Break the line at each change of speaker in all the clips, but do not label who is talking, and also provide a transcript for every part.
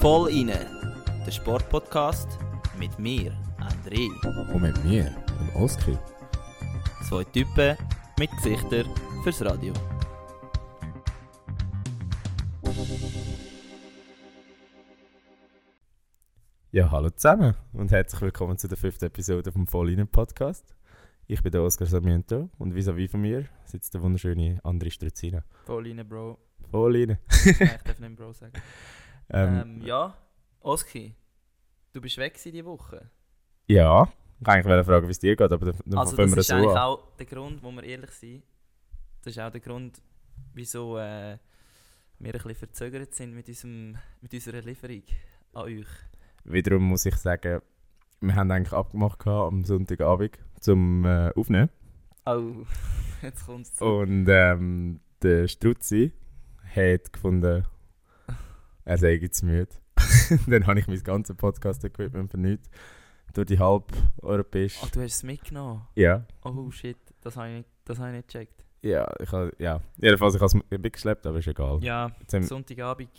Voll inne, der Sportpodcast mit mir, André.
Und mit mir, dem Oskar.
Zwei Typen mit Gesichtern fürs Radio.
Ja, hallo zusammen und herzlich willkommen zu der fünften Episode vom Vollinen Podcast. Ich bin der Oskar Sarmiento und vis-à-vis von mir sitzt der wunderschöne André Struzina. Ähm,
Voll inne, Bro.
Vollinen.
Nein, ich darf nicht Bro sagen.
Ähm,
Ähm, ja, Oski, du bist weg gewesen diese Woche.
ja, ich eigentlich wollte fragen, wie es dir geht, aber dann, dann
also
fangen
das
wir
ist
so
eigentlich
an.
auch der Grund, wo wir ehrlich sind. Das ist auch der Grund, wieso äh, wir ein bisschen verzögert sind mit, unserem, mit unserer Lieferung an euch.
Wiederum muss ich sagen, wir haben eigentlich abgemacht gehabt am Sonntagabend zum äh, Aufnehmen.
Au, jetzt kommt es
Und ähm, der Struzzi hat gefunden, er sei jetzt müde. dann habe ich mein ganzes Podcast-Equipment für nichts durch die halb europäisch.
Oh, du hast es mitgenommen.
Ja,
Oh shit, das habe ich, nicht- das habe ich nicht gecheckt.
ja, ich habe, ja. Jedenfalls, ich habe es mitgeschleppt, aber ist egal.
Ja,
Jetzt haben,
Sonntagabend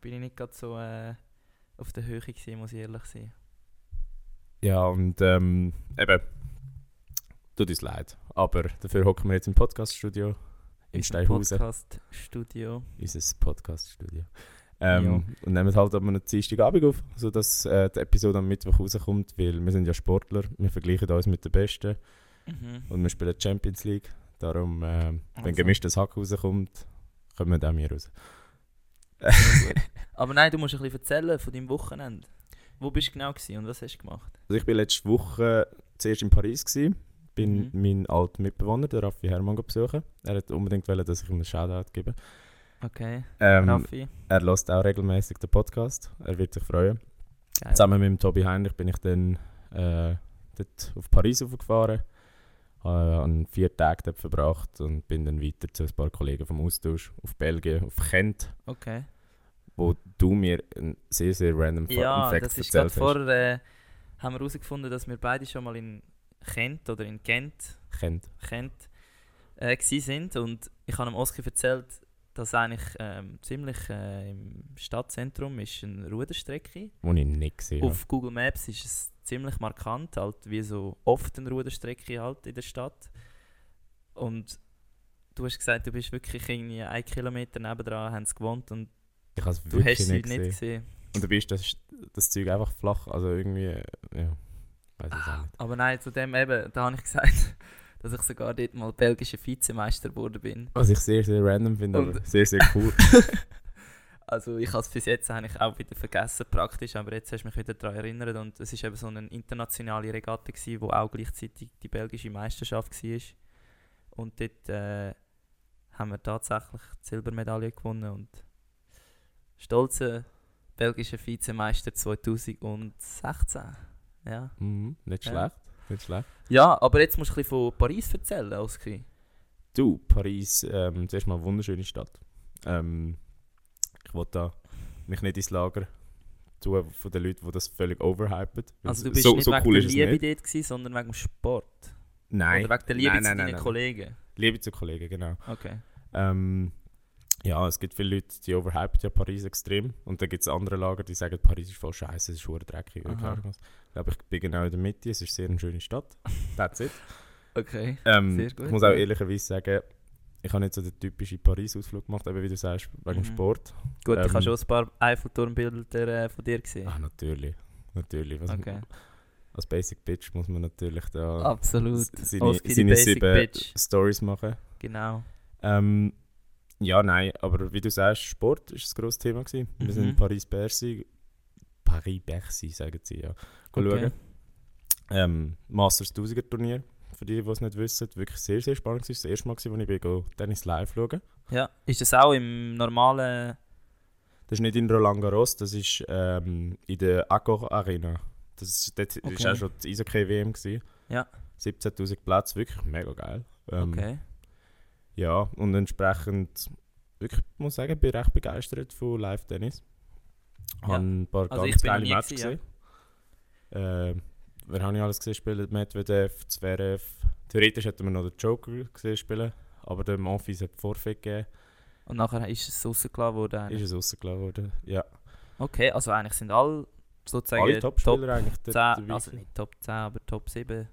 bin ich nicht gerade so äh, auf der Höhe gewesen, muss ich ehrlich sein.
ja, und ähm, eben, tut uns leid. Aber dafür hocken wir jetzt im Podcast-Studio in Steinhausen.
Podcast-Studio.
unser Podcast-Studio. Ähm, und nehmen es halt am Dienstagabend auf, sodass äh, die Episode am Mittwoch rauskommt, weil wir sind ja Sportler, wir vergleichen uns mit den Besten
Mhm.
und wir spielen Champions League. Darum, ähm, wenn
Also.
gemischtes Hack rauskommt, kommen wir auch wir raus.
Sehr gut. Aber nein, du musst ein bisschen erzählen von deinem Wochenende. Wo bist du genau gewesen und was hast du gemacht?
Also ich war letzte Woche zuerst in Paris, gewesen, bin
Mhm.
meinen alten Mitbewohner, den Raffi Hermann, besuchen. Er hat unbedingt wollen, dass ich ihm einen Shoutout gebe.
Okay,
Ähm,
Raffi.
er lässt auch regelmäßig den Podcast, er wird sich freuen.
Geil.
Zusammen mit dem Tobi Heinrich bin ich dann äh, dort auf Paris aufgefahren, habe an vier Tagen dort verbracht und bin dann weiter zu ein paar Kollegen vom Austausch auf Belgien, auf Kent,
Okay.
wo du mir einen sehr, sehr random Fa-
Ja,
Fact
das ist gerade
erzählt hast.
vorher, äh, haben wir herausgefunden, dass wir beide schon mal in Kent oder in Kent
Kent.
kennt, äh, gsi sind. Und ich habe dem Oskar erzählt, dass eigentlich ähm, ziemlich äh, im Stadtzentrum ist eine Ruderstrecke.
Wo ich nicht gesehen habe.
Auf Google Maps ist es ziemlich markant, halt, wie so oft eine Ruderstrecke halt in der Stadt. Und du hast gesagt, du bist wirklich irgendwie einen Kilometer nebendran, haben sie gewohnt und
Ich habe es
du
wirklich
hast sie
nicht
nicht
gesehen.
gesehen.
Und dabei ist das, das Zeug einfach flach, also irgendwie, äh, ja, weiß ich auch nicht.
Aber nein, zu dem eben, da habe ich gesagt, dass ich sogar dort mal belgischer Vizemeister geworden bin.
Was ich sehr, sehr random finde,
Und-
aber sehr, sehr cool.
Also ich habe es bis jetzt eigentlich auch wieder vergessen praktisch, aber jetzt hast du mich wieder daran erinnert und es ist eben so eine internationale Regatta gsi, wo auch gleichzeitig die belgische Meisterschaft war. und dort äh, haben wir tatsächlich die Silbermedaille gewonnen und stolzer belgischer Vizemeister 2016. Ja.
mhm, nicht
Ja.
schlecht, nicht schlecht.
ja, aber jetzt musst du ein bisschen von Paris erzählen, Oski.
Du, Paris, ähm, zuerst mal eine wunderschöne Stadt. Ähm, ich will da mich nicht ins Lager tun von den Leuten, die das völlig overhypen. weil
Also du
es-
bist
so,
nicht
so
wegen
cool
der
ist es
Liebe
nicht.
dort gewesen, sondern wegen dem Sport.
Nein,
Oder wegen der Liebe
nein,
zu
nein,
deinen
nein, nein.
Kollegen.
Liebe zu Kollegen, genau.
Okay.
Ähm, ja, es gibt viele Leute, die overhypen ja Paris extrem. Und dann gibt es andere Lager, die sagen, Paris ist voll scheiße, es ist hure dreckig.
Aha.
wirklich irgendwas. Ich glaube, ich bin genau in der Mitte, es ist sehr eine schöne Stadt. That's it.
Okay.
Ähm,
Sehr gut,
ich muss auch
ja.
ehrlicherweise sagen, ich habe nicht so den typischen Paris-Ausflug gemacht, eben wie du sagst, wegen
Mhm.
dem Sport.
Gut, ich
Ähm,
habe schon ein paar Eiffelturmbilder äh, von dir gesehen.
Ah, natürlich. Natürlich. Was,
Okay.
Als Basic Bitch muss man natürlich da
Absolut.
s- seine,
Oski, die
seine
Basic
sieben
Bitch.
Stories machen.
Genau.
Ähm, ja, nein, aber wie du sagst, Sport ist das grosses Thema. Gewesen.
Mhm.
Wir sind in Paris-Bercy. Paris-Bercy, sagen sie ja. Gehen
Okay.
Schauen. Ähm, Masters 1000er Turnier. Für die, die es nicht wissen, wirklich sehr, sehr spannend. gewesen. Das war das erste Mal, gewesen, wo ich bin, Tennis live schauen.
Ja, ist das auch im normalen.
Das ist nicht in Roland Garros, das ist ähm, in der Accor Arena. Das ist, dort
Okay.
ist auch schon die Eishockey WM gewesen.
Ja.
17.000 Plätze, wirklich mega geil. Ähm,
Okay.
Ja, und entsprechend, wirklich, ich muss sagen, bin recht begeistert von Live Tennis. Ich
Ja.
habe ein paar
Also ich
ganz
bin
geile
noch nie
Matches
gewesen, ja.
gesehen. Ähm, wer habe ich alles gesehen spielen? Medvedev, Zverev. Theoretisch hätten wir noch den Joker gesehen spielen, aber der Monfils hat Vorfeld gegeben.
Und nachher ist es rausgelassen worden. eigentlich.
Ist es rausgelassen worden? Ja.
Okay, also eigentlich sind alle sozusagen
Alle Topspieler eigentlich dort
10,
dabei
also
gewesen.
nicht Top 10, aber Top 7,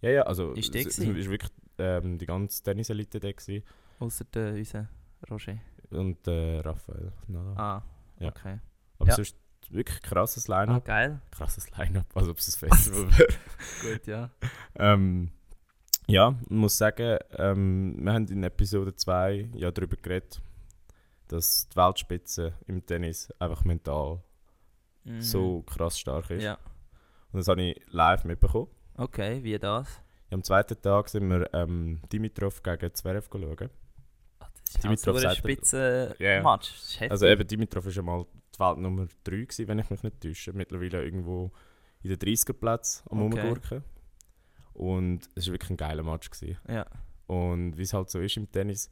Ja, ja, also
Ist der
es, es
gewesen?
ist wirklich ähm, die ganze Tenniselite da gewesen.
außer der, unser Roger.
und äh, Raphael. Nadal.
Ah,
Ja.
okay.
Aber
ja.
sonst wirklich krasses
Ah,
Line-Up.
geil.
Krasses Line-Up, als ob es ein Festival wäre.
Gut, ja.
Ähm, ja, ich muss sagen, ähm, wir haben in Episode 2 ja darüber geredet, dass die Weltspitze im Tennis einfach mental
Mhm.
so krass stark ist.
Ja,
Und das habe ich live mitbekommen.
okay, wie das?
Am zweiten Tag sind wir ähm, Dimitrov gegen Zverev schauen.
Ah, Das ist
Dimitrov
auch so ein
sagt-
Spitzenmatch.
Ja, ja.
Das ist heftig.
Also eben, Dimitrov war einmal die Welt Nummer 3, gewesen, wenn ich mich nicht täusche. Mittlerweile irgendwo in den 30er Platz am
Okay.
Rumgurken. Und es war wirklich ein geiler Match. Gewesen.
Ja.
Und wie es halt so ist im Tennis,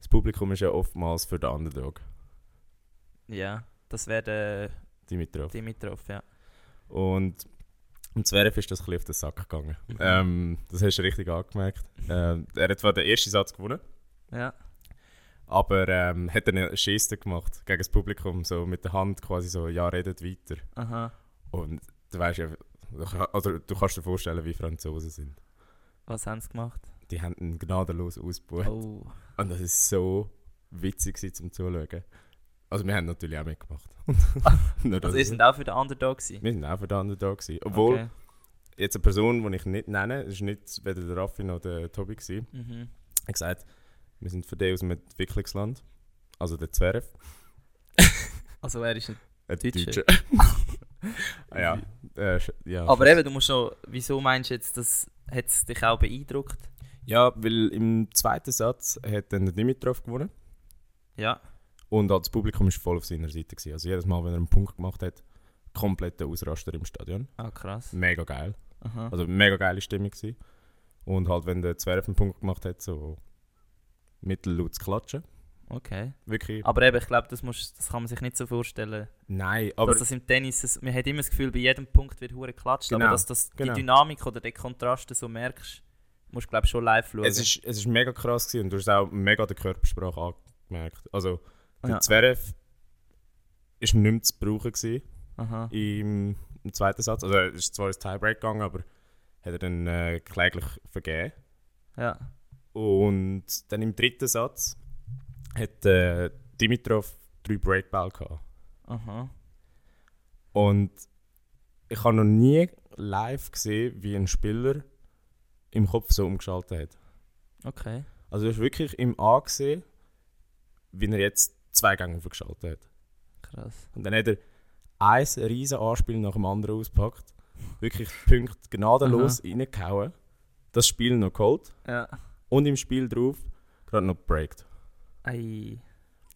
das Publikum ist ja oftmals für den Underdog,
Ja, das wäre der
Dimitrov.
Dimitrov, ja.
Und im Zverev ist das ein bisschen auf den Sack gegangen.
Mhm.
ähm, das hast du richtig angemerkt. Ähm, er hat zwar den ersten Satz gewonnen,
Ja,
aber ähm, hat dann eine Schiste gemacht gegen das Publikum, so mit der Hand quasi so, ja, redet weiter.
aha.
Und du weißt ja, du kann- also du kannst dir vorstellen, wie Franzosen sind.
Was haben sie gemacht?
Die haben ihn gnadenlos ausgebucht.
Oh,
Und das ist so witzig gewesen zum Zuschauen. Also wir haben natürlich auch mitgemacht. Nur, dass
also ihr
es-
sind auch für den Underdog gewesen?
wir sind auch für den Underdog gewesen. Obwohl,
Okay.
jetzt eine Person, die ich nicht nenne, es war nicht weder der Raffi noch der Tobi, gewesen,
Mhm.
hat gesagt, wir sind für den aus dem Entwicklungsland, also der Zwerf,
Also er ist ein...
ein
Deutsche.
Deutscher. Ah ja, äh, sch- ja.
Aber eben, du musst noch... Wieso meinst du jetzt, das hat es dich auch beeindruckt?
ja, weil im zweiten Satz hat dann der Dimitrov gewonnen.
Ja.
Und auch das Publikum war voll auf seiner Seite. Gewesen. Also jedes Mal, wenn er einen Punkt gemacht hat, kompletter Ausraster im Stadion.
Ah, krass.
Mega geil.
Aha.
Also mega geile Stimmung. Gewesen. Und halt, wenn der Zwerf einen Punkt gemacht hat, so mittellaut zu klatschen.
Okay.
Wirklich.
Aber eben, ich glaube, das, musst- das kann man sich nicht so vorstellen.
Nein, aber
dass das im Tennis, es- man hat immer das Gefühl, bei jedem Punkt wird hure geklatscht,
Genau,
aber dass das
genau.
die Dynamik oder den Kontrast so merkst, musst du glaube schon live schauen.
es ist, es ist mega krass gewesen und du hast auch mega der Körpersprache angemerkt. Also der
Ja.
Zwerf ist nicht mehr zu brauchen gewesen
Aha.
im, im zweiten Satz. Also es ist zwar ins Tiebreak gegangen, aber hat er dann äh, kläglich vergeben.
Ja.
Und dann im dritten Satz hat äh, Dimitrov drei Breakball gehabt.
Aha.
Und ich habe noch nie live gesehen, wie ein Spieler im Kopf so umgeschaltet hat.
Okay.
Also du hast wirklich im A gesehen, wie er jetzt zwei Gänge aufgeschaltet hat.
Krass.
Und dann hat er ein riesen Anspiel nach dem anderen ausgepackt, wirklich die Punkte gnadenlos reingehauen, das Spiel noch geholt
Ja.
und im Spiel drauf gerade noch breakt.
Ei.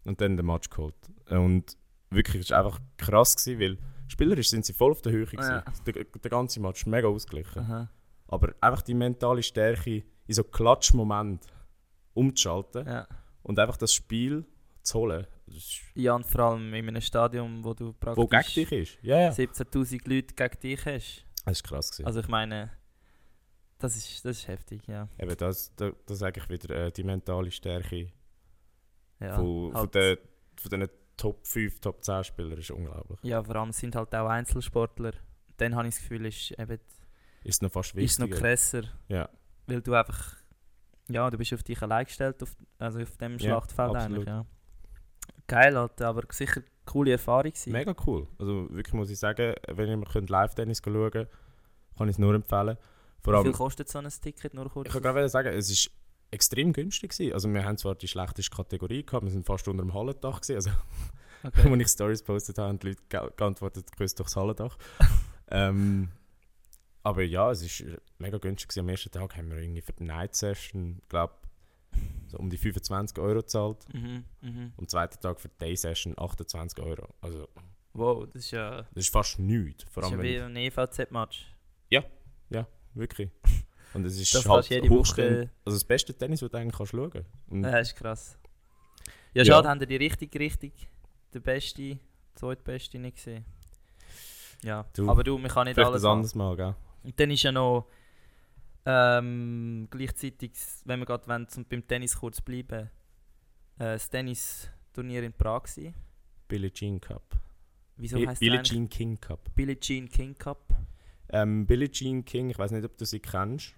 und dann den Match geholt. Und wirklich, es war einfach krass, gewesen, weil spielerisch sind sie voll auf der Höhe. gewesen.
Ja.
Der, der ganze Match mega ausgeglichen.
Aha.
Aber einfach die mentale Stärke in so Klatschmoment umzuschalten
Ja.
und einfach das Spiel zu holen, das ist,
Ja, und vor allem in einem Stadion, wo du praktisch
wo gegen dich ist. Ja, ja.
17.000 Leute gegen dich hast.
Das ist krass. Gewesen.
Also ich meine, das ist, das ist heftig, ja.
Eben, das, das, das ist eigentlich wieder äh, die mentale Stärke
ja
von, von,
halt-
den, von den Top 5, Top 10 Spielern ist unglaublich.
ja, vor allem sind halt auch Einzelsportler. Dann habe ich das Gefühl, ist eben
Ist noch fast
ist noch
wichtiger.
krasser.
Ja.
Weil du einfach, ja, du bist auf dich allein gestellt, auf, also auf dem
Ja,
Schlachtfeld
absolut.
eigentlich, ja. Geil, Alter, aber sicher coole Erfahrung gewesen.
Mega cool. Also wirklich muss ich sagen, wenn ihr mal könnt Live-Tennis schauen könnt, kann ich es nur empfehlen. Vor
Wie viel
allem,
kostet so ein Ticket, nur kurz?
ich kann gerade sagen, es ist extrem günstig gewesen. Also wir haben zwar die schlechteste Kategorie gehabt, wir sind fast unter dem Hallendach gewesen. Also
Okay.
als ich Stories gepostet habe, haben die Leute ge- geantwortet, grüßt durchs Hallendach. ähm, aber ja, es ist mega günstig gewesen. Am ersten Tag haben wir irgendwie für die Night Session, glaube so um die 25 Euro gezahlt.
Mhm, mhm.
Am zweiten Tag für die Day Session 28 Euro. Also
Wow, das ist ja,
das ist fast nichts. Vor
das ist
allem,
ja
wenn
wie
ich-
ein E EVZ-Match.
Wirklich. Und es ist
Das kannst
halt
du jede
hochstehend.
Woche... äh,
Also das beste Tennis, das du eigentlich kannst schauen kannst.
Ja, ist krass. Ja,
Ja.
schade, haben die richtig, richtig den Beste, Zweitbeste nicht gesehen. Ja,
Du,
aber du, man kann nicht
Vielleicht
alles
ein
haben.
anderes Mal, gell?
Und dann ist ja noch ähm, gleichzeitig, wenn wir gerade wollen, zum, beim Tennis kurz bleiben, äh, das Tennis-Turnier in Prag. Gewesen.
Billie Jean Cup.
Wieso
Bi-
heisst
Billie
der eigentlich
Jean King Cup.
Billie Jean King Cup?
Ähm, Billie Jean King, ich weiß nicht, ob du sie kennst.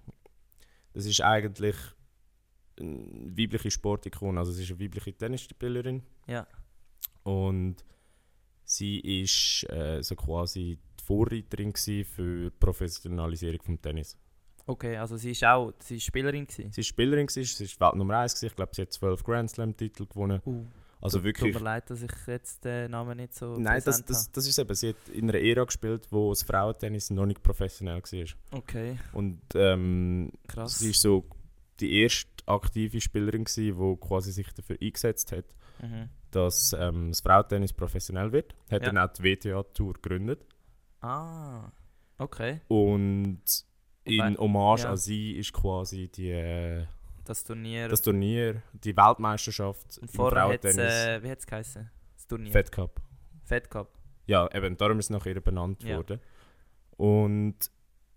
Das ist eigentlich eine weibliche Sportikone. Also, sie ist eine weibliche Tennisspielerin.
Ja.
Und sie ist äh, so quasi die Vorreiterin gewesen für die Professionalisierung des Tennis.
Okay, also sie ist auch sie ist Spielerin. Gewesen.
Sie war Spielerin, gewesen, sie war Welt Nummer 1. gewesen. Ich glaube, sie hat 12 Grand Slam-Titel gewonnen.
Uh,
Also
tut
wirklich.
mir leid, dass ich jetzt den Namen nicht so
Nein, das,
präsent
das, das ist eben. Sie hat in einer Ära gespielt, wo das Frauentennis noch nicht professionell war.
habe. Okay,
Und ähm,
krass.
sie ist so die erste aktive Spielerin, gewesen, die quasi sich dafür eingesetzt hat,
mhm.
dass ähm, das Frauentennis professionell wird. Hat
Ja.
dann auch die WTA-Tour gegründet.
Ah, okay.
Und in
Wobei-
Hommage
ja.
an sie ist quasi die, äh,
Das Turnier.
das Turnier, die Weltmeisterschaft im
und vorher äh, hat es,
Frauentennis.
äh, wie hat es geheißen? Das Turnier. Fed,
Fed Cup.
Cup.
Ja, eben, darum ist es nach ihr benannt
Ja.
worden. Und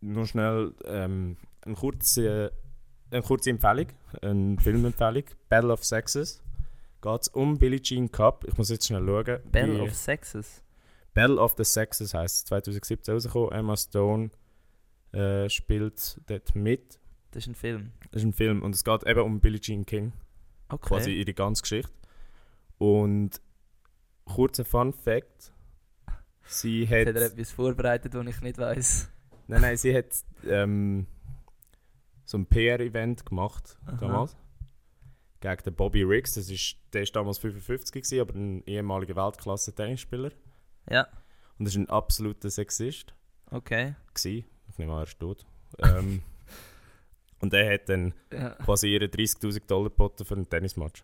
noch schnell ähm, eine, kurze, eine kurze Empfehlung, eine Filmempfehlung, Battle of Sexes. Geht es um Billie Jean Cup. Ich muss jetzt schnell schauen.
Battle
Die-
of Sexes.
Battle of the Sexes heisst es, 2017 rausgekommen. Emma Stone äh, spielt dort mit.
Das ist ein Film.
Das ist ein Film und es geht eben um Billie Jean King
Okay.
quasi ihre ganze Geschichte. Und kurzer Fun Fact: Sie
Jetzt
hat.
hat er etwas vorbereitet, was ich nicht weiß.
Nein, nein, sie hat ähm, so ein PR-Event gemacht
Aha.
damals. Gegen den Bobby Riggs. Das ist, der war damals 55 gewesen, aber ein ehemaliger Weltklasse-Tennisspieler.
Ja.
Und das war ein absoluter Sexist.
Okay.
Gewesen. Ich nehme an, er ist tot. Ähm, und er hat dann
Ja.
quasi ihre 30.000 Dollar geboten für einen Tennismatch.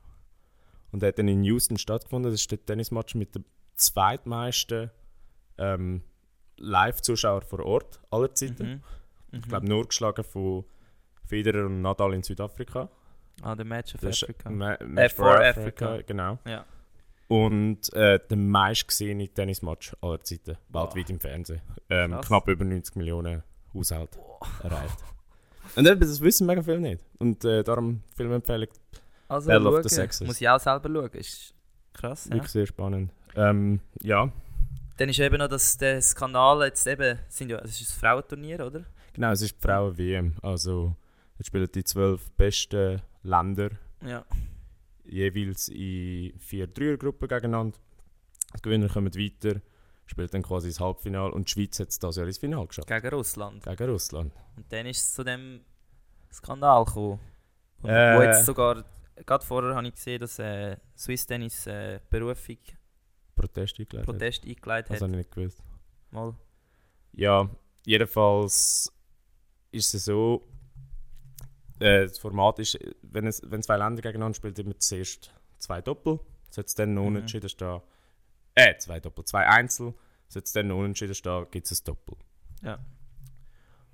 Und der hat dann in Houston stattgefunden. Das ist der Tennismatch mit dem zweitmeisten ähm, Live-Zuschauer vor Ort aller Zeiten.
Mhm. Mhm.
Ich glaube, nur geschlagen von Federer und Nadal in Südafrika.
Ah, der Match of
Das ist
Africa.
Ma Match
Äh,
for
for
Africa,
Africa.
genau.
Ja.
Und äh, der meistgesehene Tennismatch aller Zeiten, weltweit im Fernsehen. Ähm,
Krass.
knapp über 90 Millionen Haushalte erreicht. Und eben, das wissen mega viele nicht. Und äh, darum Filmempfehlung,
Also,
Battle of the
schauen.
Sexes.
Muss ich auch selber schauen. Ist krass. Ja.
wirklich sehr spannend. Ähm, ja,
Dann ist eben noch das, der Skandal jetzt eben, sind ja, es ist ein Frauenturnier, oder?
genau, es ist die Frauen-WM. Also, jetzt spielen die zwölf besten Länder
Ja.
jeweils in vier Dreiergruppen gegeneinander. Die Gewinner kommen weiter, spielt dann quasi das Halbfinale und die Schweiz hat es das Jahr ins Finale geschafft.
Gegen Russland.
Gegen Russland.
Und dann ist es zu dem Skandal gekommen. Und
Äh.
Wo jetzt sogar, gerade vorher habe ich gesehen, dass äh, Swiss Tennis äh, Berufung,
Protest eingeleitet.
Protest eingeleitet
Das
hat.
habe ich nicht gewusst.
Mal.
Ja, jedenfalls ist es so, äh, das Format ist, wenn, es, wenn zwei Länder gegeneinander spielen, immer zuerst zwei Doppel, sollte es dann noch
Mhm.
unentschieden stehen. Äh, zwei Doppel, zwei Einzel, sollte es dann noch unentschieden stehen, gibt es ein Doppel.
Ja.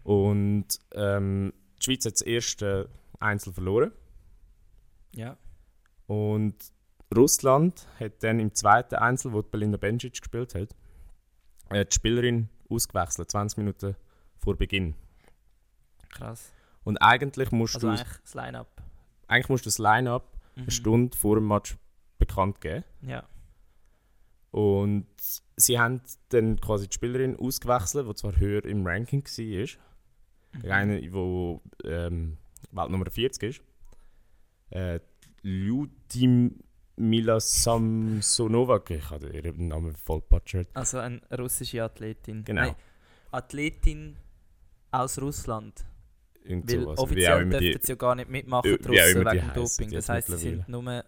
Und ähm, die Schweiz hat das erste Einzel verloren.
Ja.
Und Russland hat dann im zweiten Einzel, wo die Belinda Bencic gespielt hat, äh, die Spielerin ausgewechselt, 20 Minuten vor Beginn.
Krass.
Und eigentlich musst
Also
du
eigentlich das Line-Up.
eigentlich musst du das Line-Up
Mhm.
eine Stunde vor dem Match bekannt geben.
Ja.
Und sie haben dann quasi die Spielerin ausgewechselt, die zwar höher im Ranking war,
Mhm.
Der eine, der ähm, Welt Nummer 40 ist. Äh, Lyudmila Samsonova. Okay, Ich habe ihren Namen voll patschert.
Also eine russische Athletin.
Genau.
Nein, Athletin aus Russland.
Irgend
Weil
sowas. Wie auch
offiziell
immer die-
dürften sie ja gar nicht mitmachen,
Äh,
die
wie auch
Russen,
immer die
wegen
heissen
Doping. Das
jetzt
heisst, sie sind
mittlerweile.
nur.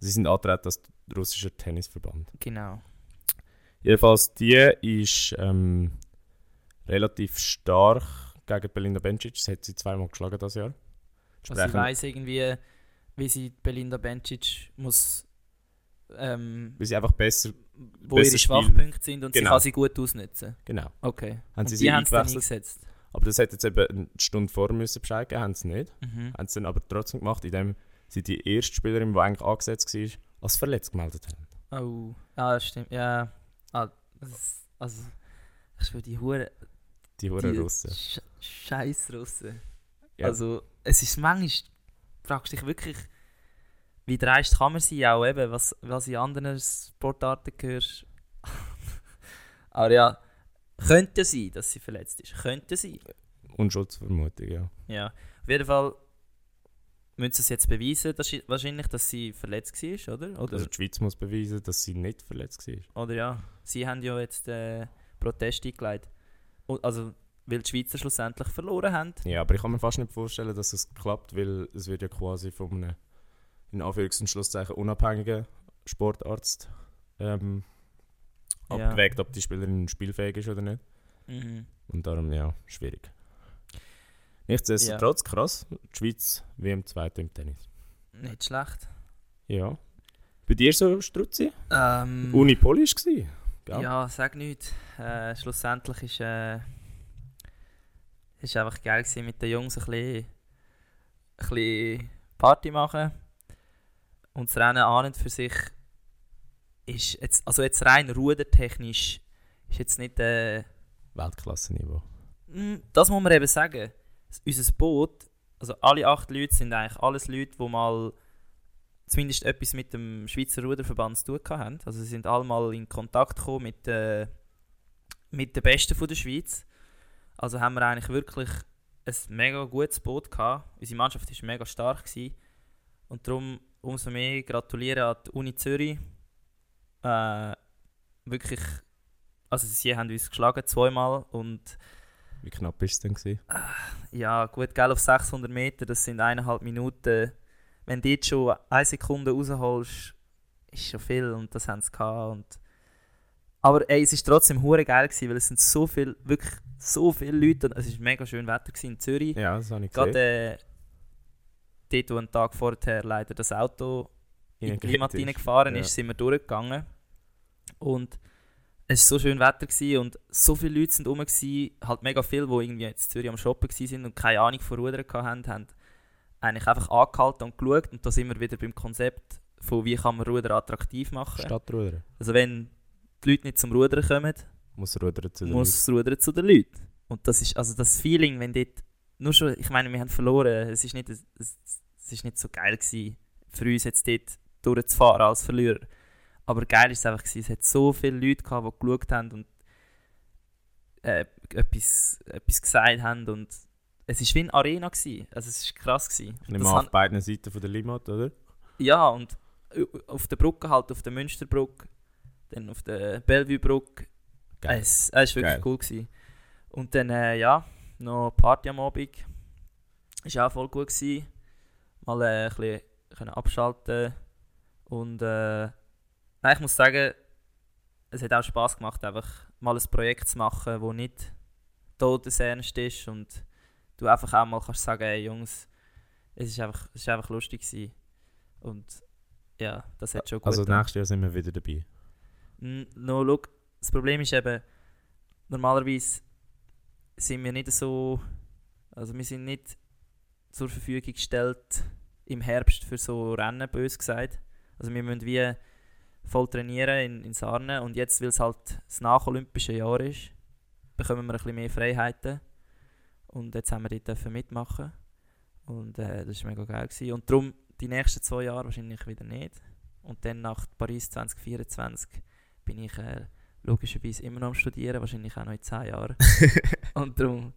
Sie sind angetreten als russischer Tennisverband.
Genau.
Jedenfalls, die ist ähm, relativ stark gegen Belinda Bencic. Das hat sie zweimal geschlagen das Jahr.
Also sie
Entsprechend-
weiss irgendwie, wie sie Belinda Bencic muss. Ähm,
Weil sie einfach besser.
wo
besser
ihre
spielen.
Schwachpunkte sind und
Genau.
sie kann sie gut ausnutzen.
Genau.
Okay.
Haben
und
sie
die
sie
haben es dann
eingewechselt?
eingesetzt.
Aber das hätte jetzt eben eine Stunde vorher müssen Bescheid geben, haben sie nicht.
Mhm.
haben es dann aber trotzdem gemacht, indem sie die erste Spielerin, die eigentlich angesetzt war, als verletzt gemeldet haben.
Oh. Ah, stimmt. Ja. Ah, das ist- also, ich schwöre, die Hure.
Die
Die
hohen Russen.
Sch Scheiß Russen.
Ja.
Also, es ist manchmal, fragst dich wirklich, Wie dreist kann man sie auch eben, was, was in anderen Sportarten hörst. Aber ja, könnte sein, dass sie verletzt ist. Könnte sein.
Unschuldsvermutung, ja.
Ja, auf jeden Fall müssen sie es jetzt beweisen, dass sie, wahrscheinlich, dass sie verletzt war, oder? Oder,
Also die Schweiz muss beweisen, dass sie nicht verletzt war.
oder ja, sie haben ja jetzt äh, Protest eingelegt. Und, also, weil die Schweizer schlussendlich verloren haben.
Ja, aber ich kann mir fast nicht vorstellen, dass es klappt, weil es wird ja quasi von einem in Anführungs- und Schlusszeichen unabhängigen Sportarzt ähm,
Ja.
abgewägt, ob die Spielerin spielfähig ist oder nicht.
Mhm.
Und darum, ja, schwierig. Nichtsdestotrotz, krass, die Schweiz wie im Zweiten im Tennis.
Nicht schlecht.
Ja. Bei dir so, Struzzi?
Ähm,
Uni Poli war gsi.
ja. sag nichts. Äh, schlussendlich ist, äh, ist einfach geil gewesen, mit den Jungs ein bisschen, ein bisschen Party machen. Und das Rennen an und für sich ist jetzt, also jetzt rein rudertechnisch ist jetzt nicht äh,
Weltklasse-Niveau.
Mm, Das muss man eben sagen. S- Unser Boot, also alle acht Leute sind eigentlich alles Leute, die mal zumindest etwas mit dem Schweizer Ruderverband zu tun gehabt haben. Also sie sind alle mal in Kontakt gekommen mit, äh, mit den Besten von der Schweiz. Also haben wir eigentlich wirklich ein mega gutes Boot gehabt. Unsere Mannschaft war mega stark. Gewesen. Und darum umso mehr gratulieren an die Uni Zürich. Äh, wirklich, also sie haben uns geschlagen zweimal und
Wie knapp war es denn? Gewesen?
ja, gut, gell, auf 600 Meter, das sind eineinhalb Minuten. Wenn du jetzt schon eine Sekunde rausholst, ist schon viel und das haben sie gehabt. Und aber ey, es war trotzdem hure geil, gewesen, weil es sind so viel, wirklich so viele Leute. und Es war mega schön Wetter gewesen in Zürich.
Ja, das habe ich gesehen.
Gerade äh, dort, wo einen Tag vorher leider das Auto in die Klimat
Energetisch.
reingefahren
Ja.
ist, sind wir durchgegangen. Und es war so schön Wetter gewesen und so viele Leute sind rum, gewesen, halt mega viele, die irgendwie in Zürich am Shoppen waren und keine Ahnung von Rudern gehabt haben, haben eigentlich einfach angehalten und geschaut. Und da sind wir wieder beim Konzept von, wie kann man Ruder attraktiv machen.
Stadtrudern.
Also wenn die Leute nicht zum Rudern kommen,
Muss rudern zu den
muss das Rudern zu den Leuten. Und das ist also das Feeling, wenn dort nur schon, ich meine, wir haben verloren, es ist nicht, es, es ist nicht so geil gewesen, für uns jetzt dort durchzufahren als Verlierer. Aber geil ist es einfach gewesen, es hat so viele Leute gehabt, die geschaut haben und äh, etwas, etwas gesagt haben und es ist wie eine Arena gewesen. also es ist krass gewesen.
Ich
Und
nehme
das
an,
han-
auf beiden Seiten von der Limmat, oder?
ja, und auf der Brücke halt, auf der Münsterbrücke, dann auf der Bellevue-Brücke.
Geil.
Es, es war wirklich
Geil.
cool. Gewesen. Und dann, äh, ja, noch Party am Abend. Ist auch voll gut. Gewesen. Mal äh, ein bisschen können abschalten Und äh, nein, ich muss sagen, es hat auch Spass gemacht, einfach mal ein Projekt zu machen, das nicht todesernst ist und du einfach auch mal kannst sagen, hey Jungs, es ist einfach, es ist einfach lustig gewesen. Und ja, das hat schon gut
Also
getan.
nächstes Jahr sind wir wieder dabei.
N- No, look, das Problem ist eben, normalerweise sind wir nicht so, also wir sind nicht zur Verfügung gestellt im Herbst für so Rennen, bös gesagt. Also wir müssen wie voll trainieren in, in Sarne und jetzt, weil es halt das nacholympische Jahr ist, bekommen wir ein bisschen mehr Freiheiten und jetzt haben wir dort dürfen mitmachen und äh, das war mega geil. Gewesen. Und darum die nächsten zwei Jahre wahrscheinlich wieder nicht und dann nach Paris 2024 bin ich äh, logischerweise immer noch am Studieren, wahrscheinlich auch noch in 10 Jahren. und darum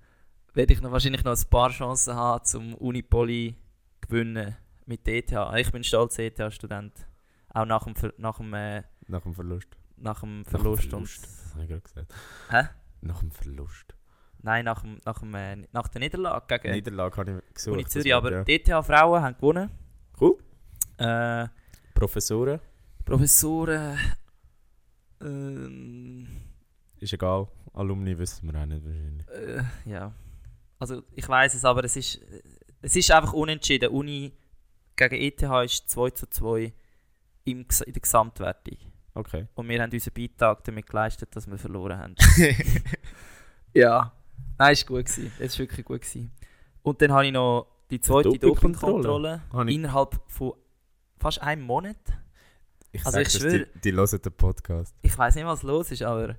werde ich noch, wahrscheinlich noch ein paar Chancen haben, zum Unipoli gewinnen mit E ETH. Ah, Ich bin stolz ETH-Student. Auch nach dem, Ver nach dem, äh,
Nach dem Verlust.
nach dem Verlust.
Verlust.
Und,
Das habe ich gerade gesagt.
Hä?
Nach dem Verlust.
nein, nach, dem, nach, dem, äh, nach der Niederlage gegen
Niederlage habe ich gesucht.
Uni
das
Zürich.
Wort,
Aber
ja.
ETH-Frauen haben gewonnen.
Cool.
Äh,
Professoren,
Professoren. Ähm,
ist egal. Alumni wissen wir auch nicht wahrscheinlich.
Äh, ja. Also ich weiß es, aber es ist, es ist einfach unentschieden. Uni gegen ETH ist 2 zu 2 im, Ges- in der Gesamtwertung.
Okay.
Und wir haben unseren Beitrag damit geleistet, dass wir verloren haben. ja. Nein, es war gut. Gewesen. Es war wirklich gut. Gewesen. Und dann habe ich noch die zweite
Dopingkontrolle.
Dopingkontrolle
Habe ich-
innerhalb von fast einem Monat.
Ich
Also
sag,
ich
dass
schwöre-
Die, die hören den Podcast.
Ich weiß nicht, was los ist, aber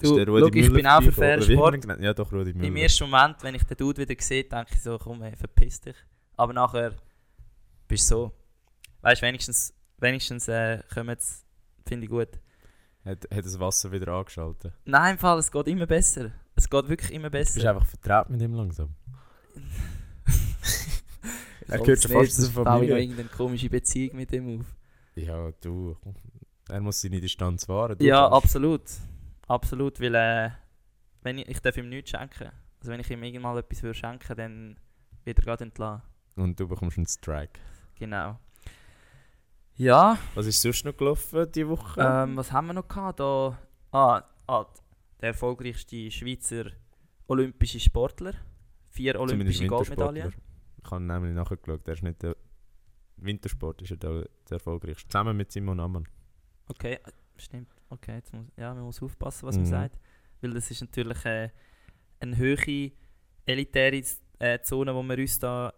Ist
Du,
der Rudi
schau, ich
Müller
bin auch für
vorbeigekommen,
fairen
oder wie hat man
Sport.
ihn genannt? Ja, doch, Rudi Müller.
Im ersten Moment, wenn ich den Dude wieder sehe, denke ich so, komm, ey, verpiss dich. Aber nachher bist so. Weißt du, wenigstens, wenigstens äh, kommen jetzt, finde ich gut.
Hat, hat das Wasser wieder angeschaltet.
Nein, im Fall, es geht immer besser. Es geht wirklich immer
Du bist
besser.
einfach vertraut mit ihm langsam.
Ich
er
hoffe
gehört
es
schon
nicht,
fast zur
sonst baue ich noch
Familie.
irgendeine komische Beziehung mit ihm auf.
Ja, du. Er muss seine Distanz wahren. Du
Ja,
kannst-
absolut. Absolut, weil äh, wenn ich, ich darf ihm nichts schenken. Also wenn ich ihm irgendwann mal etwas würde schenken, dann wird er gerade entlassen.
Und du bekommst einen Strike.
Genau. Ja,
Was ist sonst noch gelaufen diese Woche?
ähm, was haben wir noch gehabt? Da, ah, ah, der erfolgreichste Schweizer olympische Sportler. Vier
Zumindest
olympische
Wintersportler.
Goldmedaillen.
Ich habe nämlich nachgeschaut, der ist nicht der Wintersport, ist ja der, der erfolgreichste. Zusammen mit Simon Ammann.
Okay, äh, stimmt. Okay, jetzt muss, ja, man muss aufpassen, was
Mhm.
man sagt. Weil das ist natürlich äh, eine höhere elitäre Z- äh, Zone, wo wir uns da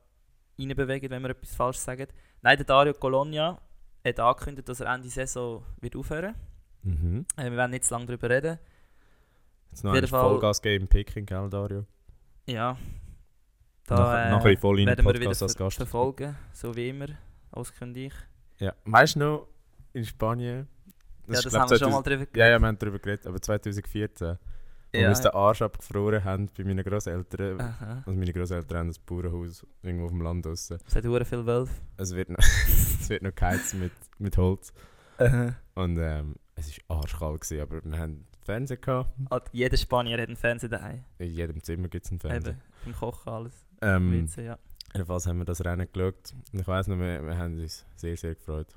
reinbewegen, wenn wir etwas falsch sagen. Nein, der Dario Colonia hat angekündigt, dass er Ende Saison wird aufhören
Mhm.
äh, Wir werden nicht zu lange darüber reden.
Jetzt noch
Auf jeden
ein
Fall-
Vollgas geben im Picking, gell, Dario?
Ja.
Nach-
Da äh,
nachher in voll rein
werden wir wieder
Podcast
ver
als Gast. Dus
verfolgen, so wie immer, auskündig.
Ja. Weißt du noch, in Spanien.
Ja,
ist,
das
glaub,
haben wir schon mal
2000
drüber
Ja, ja, wir haben darüber geredet, aber 2014, wo wir uns den Arsch abgefroren haben bei meinen Großeltern.
Aha.
Also meine Großeltern haben ein Bauernhaus irgendwo auf dem Land draussen.
Es hat hure viel Wölfe.
Es wird noch, es wird noch geheizt mit, mit Holz.
Aha.
Und ähm, es war arschkalt, gewesen, aber wir haben Fernseher gehabt.
Alter, Jeder Spanier hat einen Fernseher daheim.
In jedem Zimmer gibt es einen Fernseher.
Eben, beim Kochen alles.
Ähm,
WC, ja.
jedenfalls haben wir das Rennen geschaut. Und ich weiss noch, wir, wir haben uns sehr, sehr gefreut.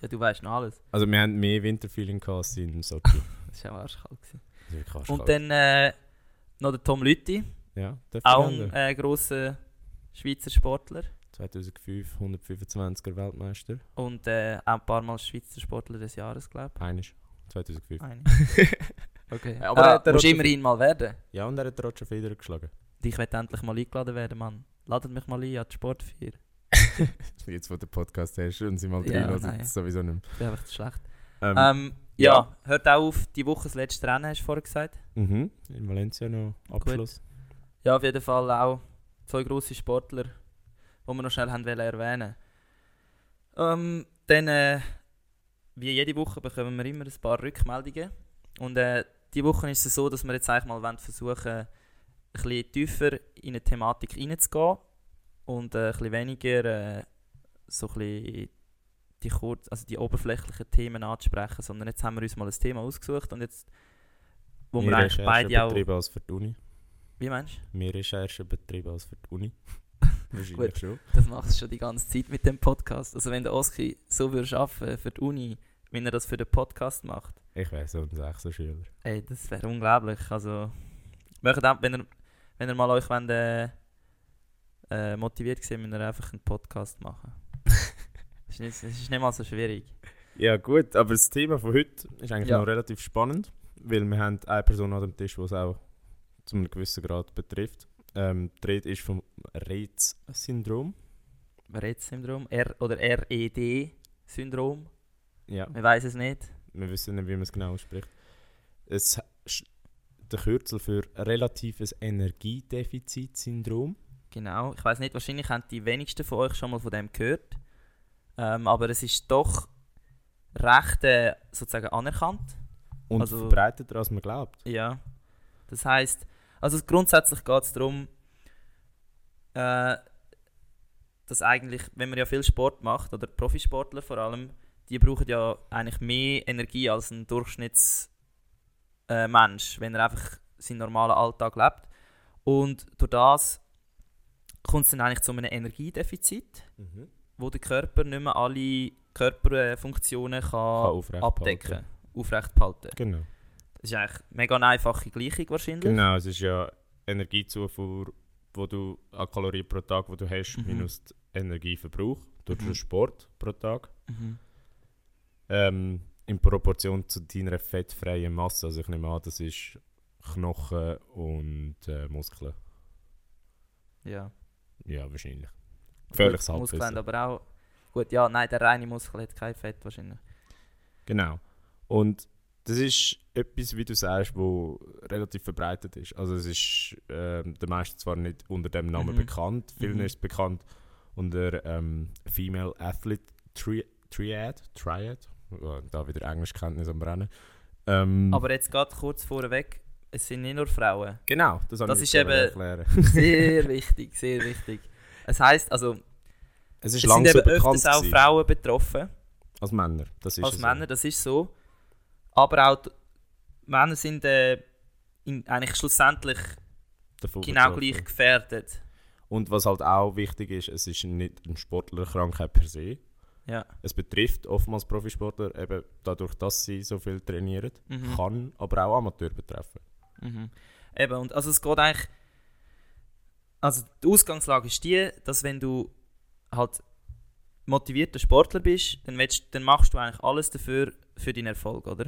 ja, du weißt noch alles.
Also wir haben mehr Winterfeeling gehabt als in Sochi.
Das war auch arschkalt. gewesen.
Das ist wirklich arschkalt.
Und dann äh, noch der Tom Lütti,
Ja, darf ich
auch ein
nennen?
äh, grosser Schweizer Sportler.
2005, 125er Weltmeister.
Und äh, auch ein paar Mal Schweizer Sportler des Jahres, glaube
Einisch. 2005.
ich. Eine. Okay.
Aber er
Aber
hat
äh,
er
musst
auch-
immerhin mal werden.
Ja, und er hat Roger Federer geschlagen.
Und Ich werde endlich mal eingeladen werden, Mann. Ladet mich mal ein an die Sportfeier.
Jetzt, wo der Podcast hast und sie mal
Ja,
drin
nein.
ist sowieso nicht mehr.
Ich bin einfach zu schlecht.
Ähm,
Ähm, ja. hört auch auf. Die Woche das letzte Rennen, hast du vorher gesagt.
Mhm. In Valencia noch Abschluss.
Ja, auf jeden Fall auch zwei grosse Sportler, die wir noch schnell haben wollen erwähnen ähm, Dann, äh, wie jede Woche, bekommen wir immer ein paar Rückmeldungen. Und äh, diese Woche ist es so, dass wir jetzt eigentlich mal wollen versuchen ein bisschen tiefer in eine Thematik hineinzugehen und äh, ein bisschen weniger äh, so ein bisschen die, kurz, also die oberflächlichen Themen anzusprechen, sondern jetzt haben wir uns mal ein Thema ausgesucht und jetzt, wo wir
Mehr
eigentlich
Recherchen
beide auch...
betrieben als für die Uni.
Wie meinst du?
Mehr Recherchen betrieben als für die Uni. Wahrscheinlich
Gut.
schon.
Das machst du schon die ganze Zeit mit dem Podcast. Also wenn der Oski so würde arbeiten für die Uni, wenn er das für den Podcast macht,
Ich wäre so ein sechser Schüler.
ey, das wäre unglaublich. Also macht auch, wenn ihr, wenn ihr mal euch wollt, äh, äh, motiviert gesehen, müsst ihr einfach einen Podcast machen. das, ist nicht, das ist nicht mal so schwierig.
Ja gut, aber das Thema von heute ist eigentlich
Ja.
noch relativ spannend, weil wir haben eine Person an dem Tisch, die es auch zu einem gewissen Grad betrifft. Ähm, die Rede ist vom Reds-Syndrom.
Rett-Syndrom R oder RED-Syndrom.
Ja.
Man weiß es nicht.
Wir wissen nicht, wie man es genau ausspricht. Es ist der Kürzel für relatives Energiedefizitsyndrom.
Genau, ich weiß nicht, wahrscheinlich haben die wenigsten von euch schon mal von dem gehört. Ähm, aber es ist doch recht äh, sozusagen anerkannt.
Und
Also-
verbreiteter, als man glaubt.
Ja. Das heißt, also grundsätzlich geht es darum, äh, dass eigentlich, wenn man ja viel Sport macht, oder Profisportler vor allem, die brauchen ja eigentlich mehr Energie als ein Durchschnittsmensch, äh, Mensch, wenn er einfach seinen normalen Alltag lebt. Und durch das kommt es dann eigentlich zu einem Energiedefizit, wo der Körper nicht mehr alle Körperfunktionen
Kann
kann
aufrecht
abdecken,
behalten.
aufrecht behalten.
Genau.
Das ist eigentlich eine mega einfache Gleichung wahrscheinlich.
Genau, es ist ja Energiezufuhr, wo du an Kalorien pro Tag, wo du hast,
Mhm.
minus die Energieverbrauch durch
Mhm.
den Sport pro Tag.
Mhm.
Ähm, in Proportion zu deiner fettfreien Masse. Also ich nehme an, das ist Knochen und äh, Muskeln.
Ja.
Ja, wahrscheinlich. Völliges
Gut, Muskeln haben
Halbwissen.
aber auch... Gut, ja, nein, der reine Muskel hat kein Fett wahrscheinlich.
Genau. Und das ist etwas, wie du sagst, wo relativ verbreitet ist. Also es ist ähm, den meisten zwar nicht unter dem Namen
Mhm.
bekannt, vielen
Mhm.
ist es bekannt Und der ähm, Female Athlete Tri Triad, Triad, Oh, da wieder Englischkenntnis am Brennen. Ähm,
Aber jetzt gerade kurz vorweg, es sind nicht nur Frauen.
genau, das, habe
das
ich
ist
jetzt
eben-
erklären.
Sehr wichtig, sehr wichtig. Es heisst, also
Es
es
ist
sind
langsam
eben
bekannt
öfters auch
gewesen
Frauen betroffen
als Männer. Das ist
als
so.
Männer, das ist so. Aber auch die Männer sind äh, in, eigentlich schlussendlich
Davon
genau
betroffen.
gleich gefährdet.
Und was halt auch wichtig ist, es ist nicht eine Sportlerkrankheit per se.
Ja.
Es betrifft oftmals Profisportler, eben dadurch, dass sie so viel trainieren,
Mhm.
kann aber auch Amateur betreffen.
Mhm. Eben, und also es geht eigentlich. Also die Ausgangslage ist die, dass wenn du halt motivierter Sportler bist, dann, willst, dann machst du eigentlich alles dafür für deinen Erfolg, oder?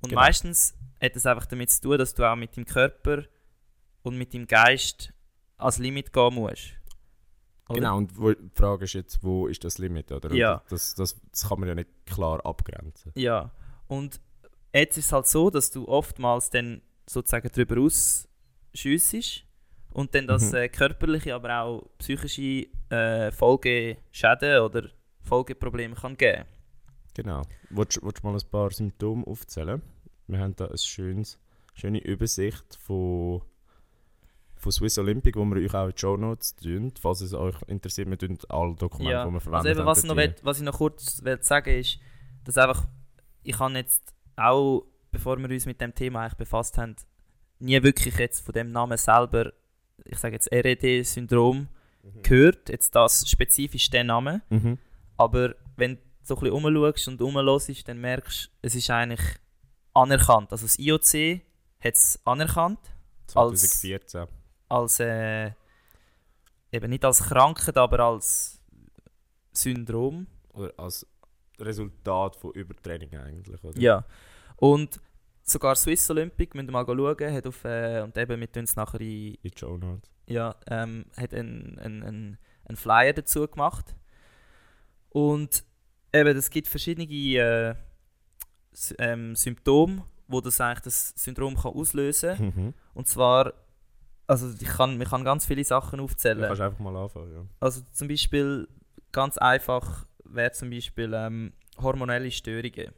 Und
Genau.
meistens hat es einfach damit zu tun, dass du auch mit deinem Körper und mit deinem Geist ans Limit gehen musst. Oder?
Genau, und wo, die Frage ist jetzt, wo ist das Limit? Oder? Und
Ja.
Das, das, das kann man ja nicht klar abgrenzen.
Ja, und jetzt ist es halt so, dass du oftmals dann sozusagen drüber ausschüssest und dann das
Mhm.
äh, körperliche, aber auch psychische äh, Folgeschäden oder Folgeprobleme kann geben.
Genau. Willst, du- willst du mal ein paar Symptome aufzählen? Wir haben da eine schönes, schöne Übersicht von, von Swiss Olympic, wo wir euch auch in die Show Notes tun. Falls es euch interessiert, wir tun alle Dokumente,
ja.
die wir verwenden.
Also eben, was, ich noch will,
dort
was ich noch kurz will sagen ist, dass einfach, ich habe jetzt auch, bevor wir uns mit dem Thema eigentlich befasst haben, nie wirklich jetzt von dem Namen selber, ich sage jetzt RED-Syndrom,
Mhm.
gehört, jetzt das spezifisch den Namen.
rein. Mhm.
Aber wenn du so ein bisschen rumschaust und rumhörst, dann merkst du, es ist eigentlich anerkannt. Also das IOC hat es anerkannt,
2014.
als äh, eben nicht als Krankheit, aber als Syndrom.
Oder als Resultat von Übertraining eigentlich, oder?
Ja. Und sogar Swiss Olympic, müsst ihr mal schauen, hat auf, äh, und eben mit uns nachher in,
In die Show Notes.
ja, ähm, hat einen, einen, einen, einen Flyer dazu gemacht. Und eben, es gibt verschiedene äh, S- ähm, Symptome, wo das eigentlich das Syndrom kann auslösen kann.
Mhm.
Und zwar, also ich kann, man kann ganz viele Sachen
Du kannst
aufzählen.
einfach mal anfangen, ja.
Also zum Beispiel, ganz einfach wäre zum Beispiel ähm, hormonelle Störungen.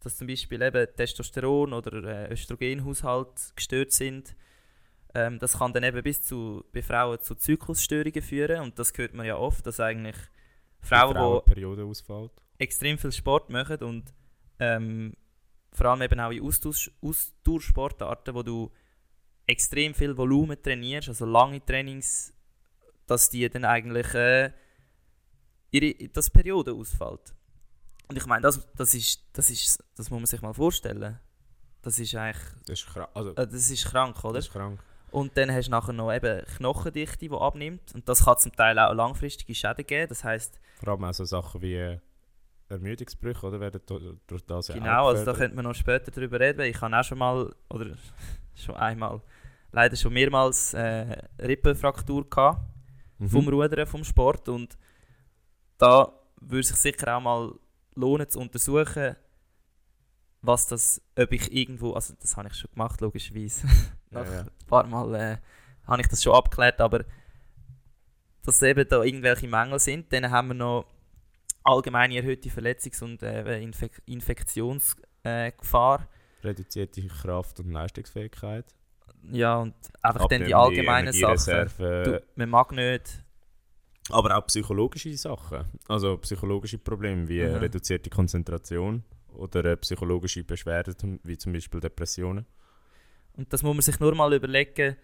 Dass zum Beispiel eben Testosteron oder äh, Östrogenhaushalt gestört sind. Ähm, das kann dann eben bis zu, bei Frauen zu Zyklusstörungen führen. Und das hört man ja oft, dass eigentlich Frauen,
Die
die
Frauenperiode ausfällt.
extrem viel Sport machen und ähm, vor allem eben auch in Austausch- Austauschsportarten, wo du extrem viel Volumen trainierst, also lange Trainings, dass die dann eigentlich äh, ihre, das Periode ausfällt. Und ich meine, das, das, ist, das, ist, das muss man sich mal vorstellen. Das ist eigentlich,
Das ist krank. Also,
äh, das ist krank, oder?
das ist krank.
Und dann hast du nachher noch eben Knochendichte, die abnimmt. Und das kann zum Teil auch langfristige Schäden geben. Das heißt,
Vor allem auch so Sachen wie äh, Ermüdungsbrüche, oder? Werden do- durch das ja auch
Genau, also da
gefördert.
könnte man noch später drüber reden. Ich habe auch schon mal, oder schon einmal, leider schon mehrmals äh, Rippenfraktur gehabt vom
mhm.
Rudern, vom Sport. Und da würde es sich sicher auch mal lohnen zu untersuchen, was das, ob ich irgendwo, also das habe ich schon gemacht, logischerweise.
Ja,
Nach
ja.
ein paar Mal äh, habe ich das schon abgeklärt, aber dass eben da irgendwelche Mängel sind, dann haben wir noch allgemeine erhöhte Verletzungs- und äh, Infek Infektionsgefahr. Äh, Gefahr.
Reduzierte Kraft- und Leistungsfähigkeit.
ja, und einfach dann die
Abnehmende
allgemeinen Sachen.
Energiereserve.
Du, man mag nicht.
Aber auch psychologische Sachen. Also psychologische Probleme wie äh,
Mhm.
reduzierte Konzentration oder äh, psychologische Beschwerden, zum- wie zum Beispiel Depressionen.
Und das muss man sich nur mal überlegen.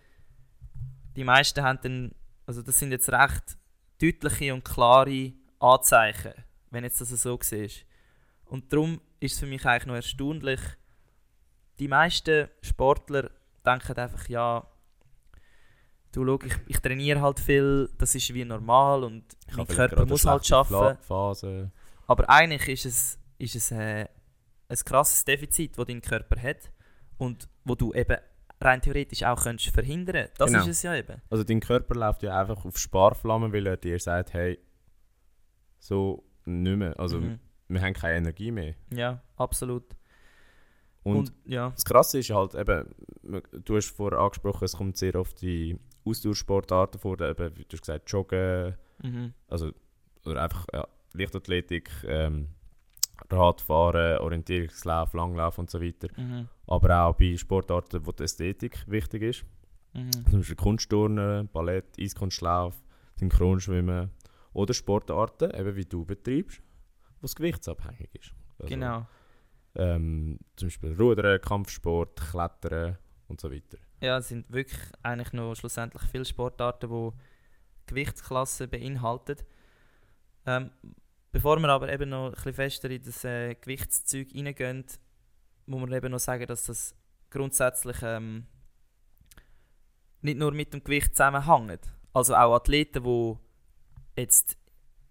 Die meisten haben dann, also das sind jetzt recht deutliche und klare Anzeichen, wenn jetzt das so siehst. Und darum ist es für mich eigentlich noch erstaunlich, die meisten Sportler denken einfach, ja, du schau, ich, ich trainiere halt viel, das ist wie normal und
Ich
mein
habe
Körper
gerade
muss
eine
halt
schlechte
arbeiten.
Fla- Phase.
Aber eigentlich ist es, ist es äh, ein krasses Defizit, das dein Körper hat und wo du eben rein theoretisch auch könntest verhindern Das
Genau.
ist es ja eben.
Also dein Körper läuft ja einfach auf Sparflamme, weil er dir sagt, hey, so nicht mehr. Also
Mhm.
wir haben keine Energie mehr.
Ja, absolut.
Und,
ja.
das Krasse ist halt eben, man- du hast vorher angesprochen, es kommt sehr oft die Ausdauersportarten vor, eben, wie du hast gesagt, Joggen,
Mhm.
also oder einfach ja, Leichtathletik, ähm, Radfahren, Orientierungslauf, Langlauf und so weiter.
Mhm.
Aber auch bei Sportarten, wo die Ästhetik wichtig ist.
Mhm.
Zum Beispiel Kunstturnen, Ballett, Eiskunstlauf, Synchronschwimmen oder Sportarten, eben wie du betreibst, wo es gewichtsabhängig ist. Also,
Genau.
Ähm, zum Beispiel Rudern, Kampfsport, Klettern und so weiter.
Ja, es sind wirklich eigentlich noch schlussendlich viele Sportarten, die Gewichtsklassen beinhalten. Ähm, bevor wir aber eben noch ein bisschen fester in das äh, Gewichtszeug reingehen, muss man eben noch sagen, dass das grundsätzlich ähm, nicht nur mit dem Gewicht zusammenhängt. Also auch Athleten, die jetzt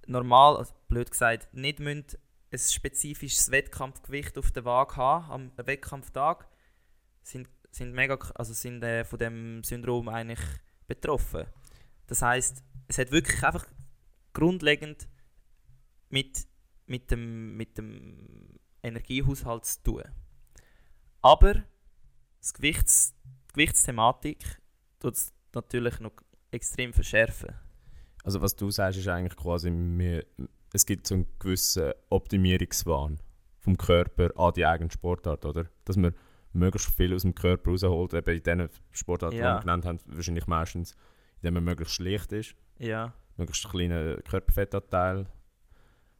normal, also blöd gesagt, nicht müssen ein spezifisches Wettkampfgewicht auf der Waage haben am Wettkampftag, sind, sind, mega, k- also sind äh, von dem Syndrom eigentlich betroffen. Das heißt, es hat wirklich einfach grundlegend mit, mit, dem, mit dem Energiehaushalt zu tun. Aber das Gewichts, die Gewichtsthematik tut es natürlich noch extrem verschärfen.
Also was du sagst, ist eigentlich quasi, wir, es gibt so einen gewissen Optimierungswahn vom Körper an die eigene Sportart, oder? Dass man möglichst viel aus dem Körper rausholt, eben in diesen Sportarten,
Ja.
die wir genannt haben, wahrscheinlich meistens, indem man möglichst schlicht ist,
Ja.
möglichst kleinen Körperfettanteil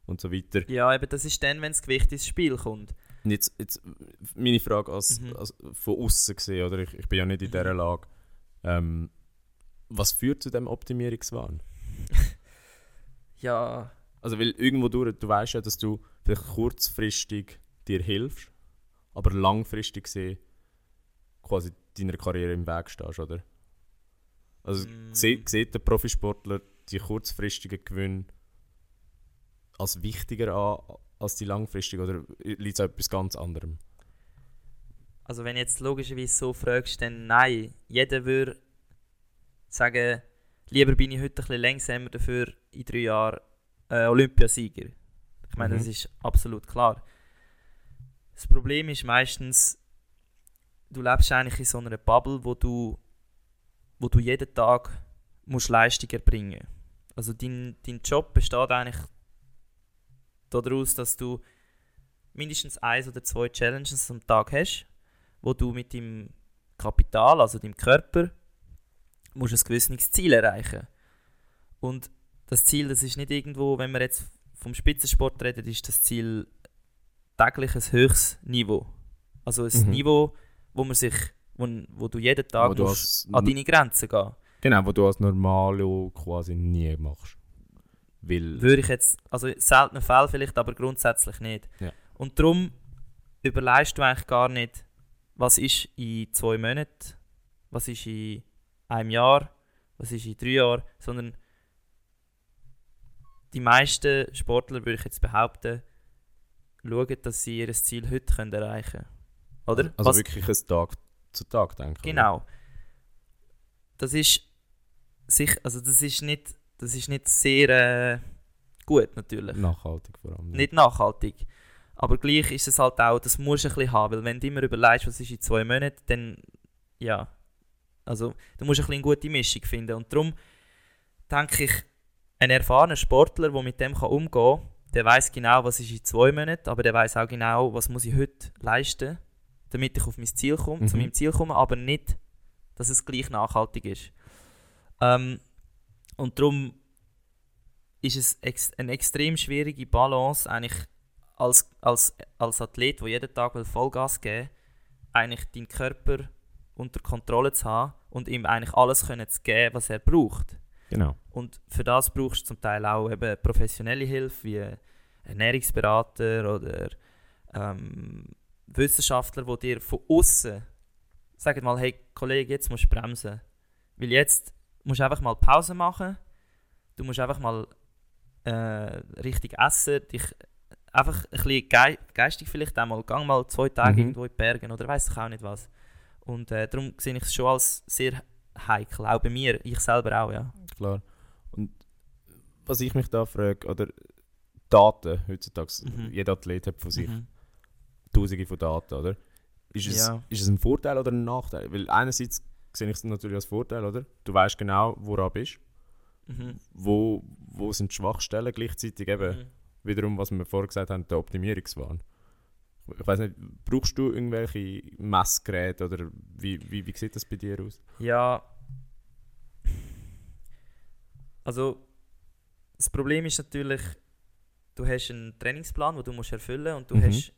und so weiter.
ja, eben das ist dann, wenn das Gewicht ins Spiel kommt.
Und jetzt, jetzt meine Frage als,
Mhm.
als von außen gesehen, oder? Ich, ich bin ja nicht in
Mhm.
dieser Lage. Ähm, was führt zu dem Optimierungswahn?
Ja,
Also, weil irgendwo durch, du weißt ja, dass du vielleicht kurzfristig dir hilfst, aber langfristig gesehen quasi deiner Karriere im Weg stehst, oder? Also,
Mm.
sie- sieht der Profisportler die kurzfristigen Gewinne als wichtiger an als die langfristigen, oder liegt es an etwas ganz anderem?
Also wenn du jetzt logischerweise so fragst, dann nein. Jeder würde sagen, lieber bin ich heute ein bisschen langsamer, dafür in drei Jahren äh, Olympiasieger. Ich meine,
Mhm.
das ist absolut klar. Das Problem ist meistens, du lebst eigentlich in so einer Bubble, wo du, wo du jeden Tag musst Leistung erbringen Also dein, dein Job besteht eigentlich daraus, dass du mindestens eins oder zwei Challenges am Tag hast, wo du mit dem Kapital, also deinem Körper, musst ein gewisses Ziel erreichen. Und das Ziel, das ist nicht irgendwo, wenn wir jetzt vom Spitzensport reden, ist das Ziel täglich ein höchstes Niveau. Also ein
Mhm.
Niveau, wo man sich, wo, wo du jeden Tag
Wo du
musst
als-
an deine Grenzen gehen.
Genau, wo du als Normalo quasi nie machst. Weil
Würde ich jetzt, also in seltenen Fällen vielleicht, aber grundsätzlich nicht.
Ja.
Und darum überleist du eigentlich gar nicht, was ist in zwei Monaten, was ist in einem Jahr, was ist in drei Jahren, sondern die meisten Sportler, würde ich jetzt behaupten, schauen, dass sie ihr Ziel heute können erreichen können. Oder?
Also
was,
wirklich ein Tag zu Tag denken. oder?
Genau. Das ist sich, also das ist nicht, das ist nicht sehr äh, gut natürlich.
Nachhaltig vor allem.
Nicht nachhaltig. Aber gleich ist es halt auch, das musst du ein bisschen haben, weil wenn du immer überlegst, was ist in zwei Monaten, dann ja. Also du musst ein bisschen eine gute Mischung finden. Und darum denke ich, ein erfahrener Sportler, der mit dem kann umgehen kann, der weiß genau, was ist in zwei Monaten, aber der weiß auch genau, was muss ich heute leisten, damit ich auf mein Ziel komme, zu
Mhm.
meinem Ziel komme, aber nicht, dass es gleich nachhaltig ist. Ähm, und darum ist es ex eine extrem schwierige Balance, eigentlich als, als, als Athlet, der jeden Tag will Vollgas geben will, eigentlich deinen Körper unter Kontrolle zu haben und ihm eigentlich alles können zu geben, was er braucht.
Genau.
Und für das brauchst du zum Teil auch eben professionelle Hilfe, wie Ernährungsberater oder ähm, Wissenschaftler, die dir von außen sagen mal, hey Kollege, jetzt musst du bremsen. Weil jetzt musst du einfach mal Pause machen, du musst einfach mal äh, richtig essen, dich einfach ein bisschen gei- geistig vielleicht einmal, gang mal zwei Tage
Mhm.
irgendwo in die Bergen oder weiß ich auch nicht was. Und äh, darum sehe ich es schon als sehr heikel, auch bei mir, ich selber auch, ja.
Klar. Und was ich mich da frage, oder Daten heutzutage,
Mhm.
jeder Athlet hat von sich
Mhm.
tausende von Daten, oder? Ist es,
Ja.
ist es ein Vorteil oder ein Nachteil? Weil einerseits sehe ich es natürlich als Vorteil, oder? Du weißt genau, woran bist.
Mhm.
wo, wo sind die Schwachstellen gleichzeitig eben
Mhm.
wiederum, was wir vorher gesagt haben, der Optimierungswahn. Ich weiß nicht, brauchst du irgendwelche Messgeräte oder wie, wie, wie sieht das bei dir aus?
Ja. Also, das Problem ist natürlich, du hast einen Trainingsplan, den du musst erfüllen musst und du
Mhm.
hast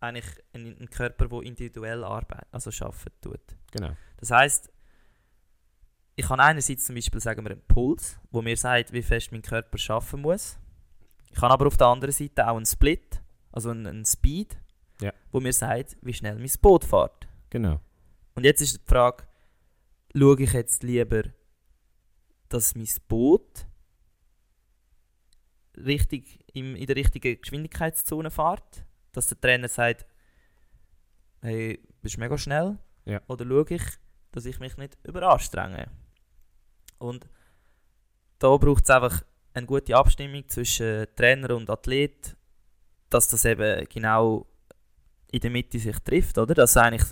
eigentlich einen, einen Körper, der individuell arbeitet, also arbeiten tut.
Genau.
Das heißt, ich kann einerseits zum Beispiel sagen wir einen Puls, wo mir sagt, wie fest mein Körper schaffen muss. Ich habe aber auf der anderen Seite auch einen Split, also einen, einen Speed,
Ja.
wo mir sagt, wie schnell mein Boot fährt.
Genau.
Und jetzt ist die Frage, schaue ich jetzt lieber, dass mein Boot richtig im, in der richtigen Geschwindigkeitszone fährt, dass der Trainer sagt, hey, bist mega schnell,
Ja.
oder schaue ich, dass ich mich nicht überanstrenge. Und da braucht es einfach eine gute Abstimmung zwischen Trainer und Athlet, dass das eben genau in der Mitte sich trifft, oder? Dass eigentlich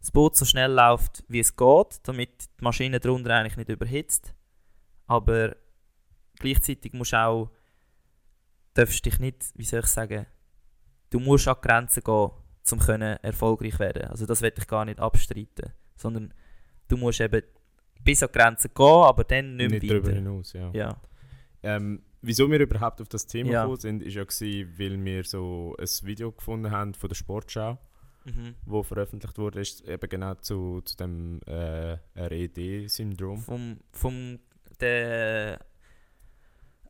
das Boot so schnell läuft, wie es geht, damit die Maschine darunter eigentlich nicht überhitzt. Aber gleichzeitig musst du auch, darfst dich nicht, wie soll ich sagen, du musst an die Grenzen gehen, um können erfolgreich werden. Also das werde ich gar nicht abstreiten, sondern du musst eben bis an die Grenzen gehen, aber dann nicht,
Nicht
mehr
darüber
weiter.
hinaus, ja.
Ja.
Ähm, wieso wir überhaupt auf das Thema
Ja.
gekommen sind, ist ja gewesen, weil wir so ein Video gefunden haben von der Sportschau,
Mhm.
wo veröffentlicht wurde, ist eben genau zu, zu dem äh, RED-Syndrom.
Vom, vom der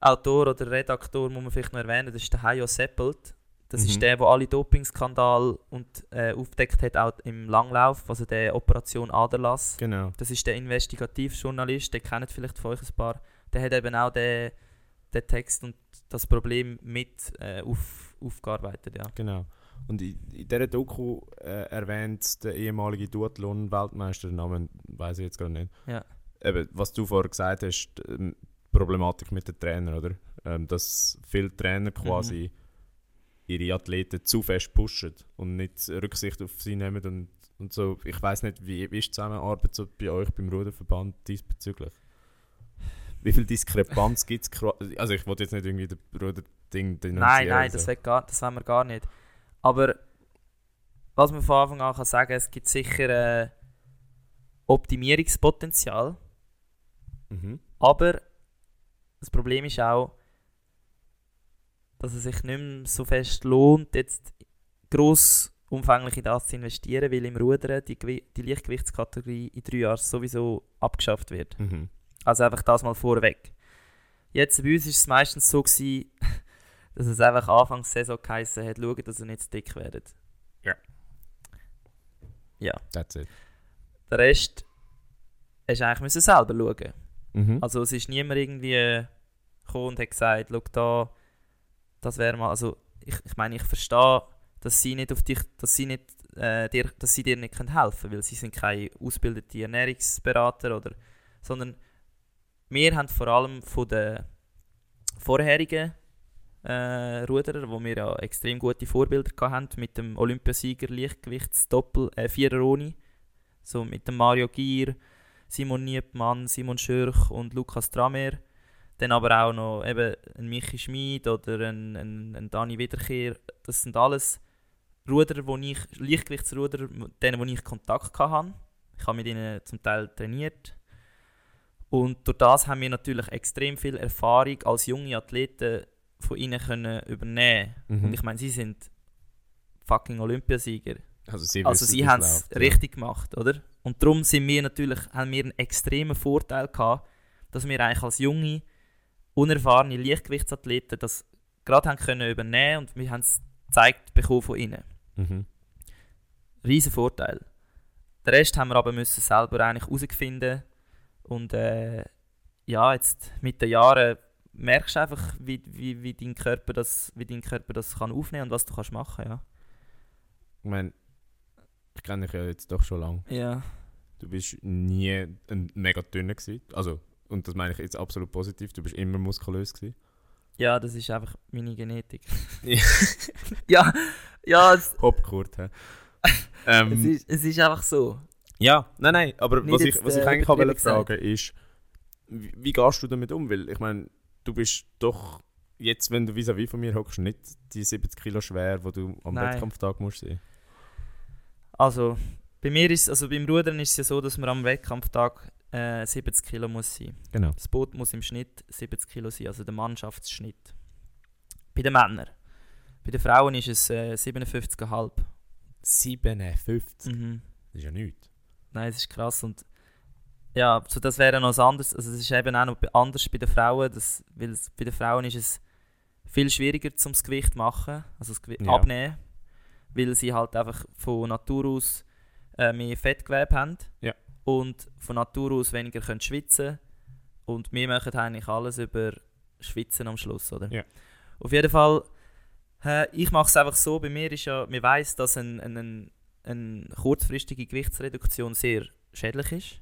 Autor oder Redaktor muss man vielleicht noch erwähnen, das ist der Hajo Seppelt. Das
Mhm.
ist der, der alle Dopingskandal und äh, aufdeckt hat, auch im Langlauf, also der Operation Aderlass.
Genau.
Das ist der Investigativjournalist, den kennt vielleicht von euch ein paar. Der hat eben auch den, den Text und das Problem mit äh, auf, aufgearbeitet, ja.
Genau. Und in, in dieser Doku äh, erwähnt der ehemalige Duathlon-Weltmeister, den Namen weiß ich jetzt gerade nicht.
Ja.
Eben, was du vorher gesagt hast, ähm, die Problematik mit den Trainern, oder? Ähm, dass viele Trainer quasi
Mhm.
ihre Athleten zu fest pushen und nicht Rücksicht auf sie nehmen und, und so. Ich weiß nicht, wie, wie ist die Zusammenarbeit so bei euch beim Ruderverband diesbezüglich? Wie viel Diskrepanz gibt es? Also ich wollte jetzt nicht irgendwie den Ruder-Ding denunzieren.
Nein, nein,
so.
das, will gar, das wollen wir gar nicht. Aber was man von Anfang an kann sagen es gibt sicher äh, Optimierungspotenzial.
Mhm.
Aber das Problem ist auch, dass es sich nicht mehr so fest lohnt, jetzt gross umfänglich in das zu investieren, weil im Rudern die, Gewi- die Leichtgewichtskategorie in drei Jahren sowieso abgeschafft wird.
Mhm.
Also einfach das mal vorweg. Jetzt bei uns war es meistens so, gewesen, dass es einfach Anfangs Saison geheißen hat, schaut, dass ihr nicht zu dick werdet.
That's it.
Der Rest hast du eigentlich müssen selber schauen.
Mhm.
Also es ist niemand irgendwie gekommen und hat gesagt, schau da, das wäre mal, also ich, ich meine, ich verstehe, dass sie nicht auf dich, dass sie nicht, äh, dir, dass sie dir nicht können helfen können, weil sie sind keine ausgebildeten Ernährungsberater oder, sondern wir haben vor allem von den vorherigen äh, Ruderer, wo wir ja extrem gute Vorbilder gehabt haben, mit dem Olympiasieger Leichtgewichtsdoppel, äh, Vierer ohne, so mit dem Mario Gier, Simon Niepmann, Simon Schürch und Lukas Tramer. Dann aber auch noch eben ein Michi Schmid oder ein, ein, ein Dani Wiederkehr. Das sind alles Ruder, wo ich, Leichtgewichtsruder, mit denen wo ich Kontakt hatte. Ich habe mit ihnen zum Teil trainiert. Und durch das haben wir natürlich extrem viel Erfahrung als junge Athleten von ihnen können übernehmen.
Mhm.
Und ich meine, sie sind fucking Olympiasieger.
also sie,
Also sie haben es richtig gemacht, oder? Und darum sind wir natürlich, haben wir einen extremen Vorteil gehabt, dass wir eigentlich als junge, unerfahrene Leichtgewichtsathleten das gerade haben können übernehmen und wir haben es gezeigt bekommen von ihnen.
Mhm.
Riesen Vorteil. Den Rest haben wir aber müssen selber eigentlich herausfinden und äh, ja, jetzt mit den Jahren merkst du einfach, wie, wie, wie, dein, Körper das, wie dein Körper das kann aufnehmen und was du kannst machen, ja.
Ich meine, ich kenne dich ja jetzt doch schon lange.
Ja.
Du bist nie ein mega dünner gewesen. Also, und das meine ich jetzt absolut positiv. Du bist immer muskulös gewesen.
Ja, das ist einfach meine Genetik.
Ja.
ja, ja es,
Hopkurt, hä?
es,
ähm,
ist, es ist einfach so.
ja, nein, nein. Aber
Nicht
was ich,
jetzt,
was ich
äh,
eigentlich auch
übertrieben
wollte fragen ist, Wie, wie gehst du damit um? Weil ich meine, du bist doch jetzt, wenn du vis-à-vis von mir hockst, nicht die 70 Kilo schwer, wo du am
Nein.
Wettkampftag musst sein.
Also, bei mir ist also beim Rudern ist es ja so, dass man am Wettkampftag äh, 70 Kilo muss sein.
Genau.
Das Boot muss im Schnitt 70 Kilo sein, also der Mannschaftsschnitt. Bei den Männern. Bei den Frauen ist es äh, 57,5.
57.
Mhm.
Das ist ja nichts.
Nein, es ist krass. Und ja, so das wäre noch was anderes. Also es ist eben auch noch be- anders bei den Frauen, das, weil es, bei den Frauen ist es viel schwieriger zum das Gewicht machen, also das Gewicht
Ja.
abnehmen, weil sie halt einfach von Natur aus äh, mehr Fettgewebe haben
Ja.
und von Natur aus weniger können schwitzen und wir machen eigentlich alles über Schwitzen am Schluss, oder?
Ja.
Auf jeden Fall, äh, ich mache es einfach so, bei mir ist ja, man weiß, dass ein, ein, ein, eine kurzfristige Gewichtsreduktion sehr schädlich ist.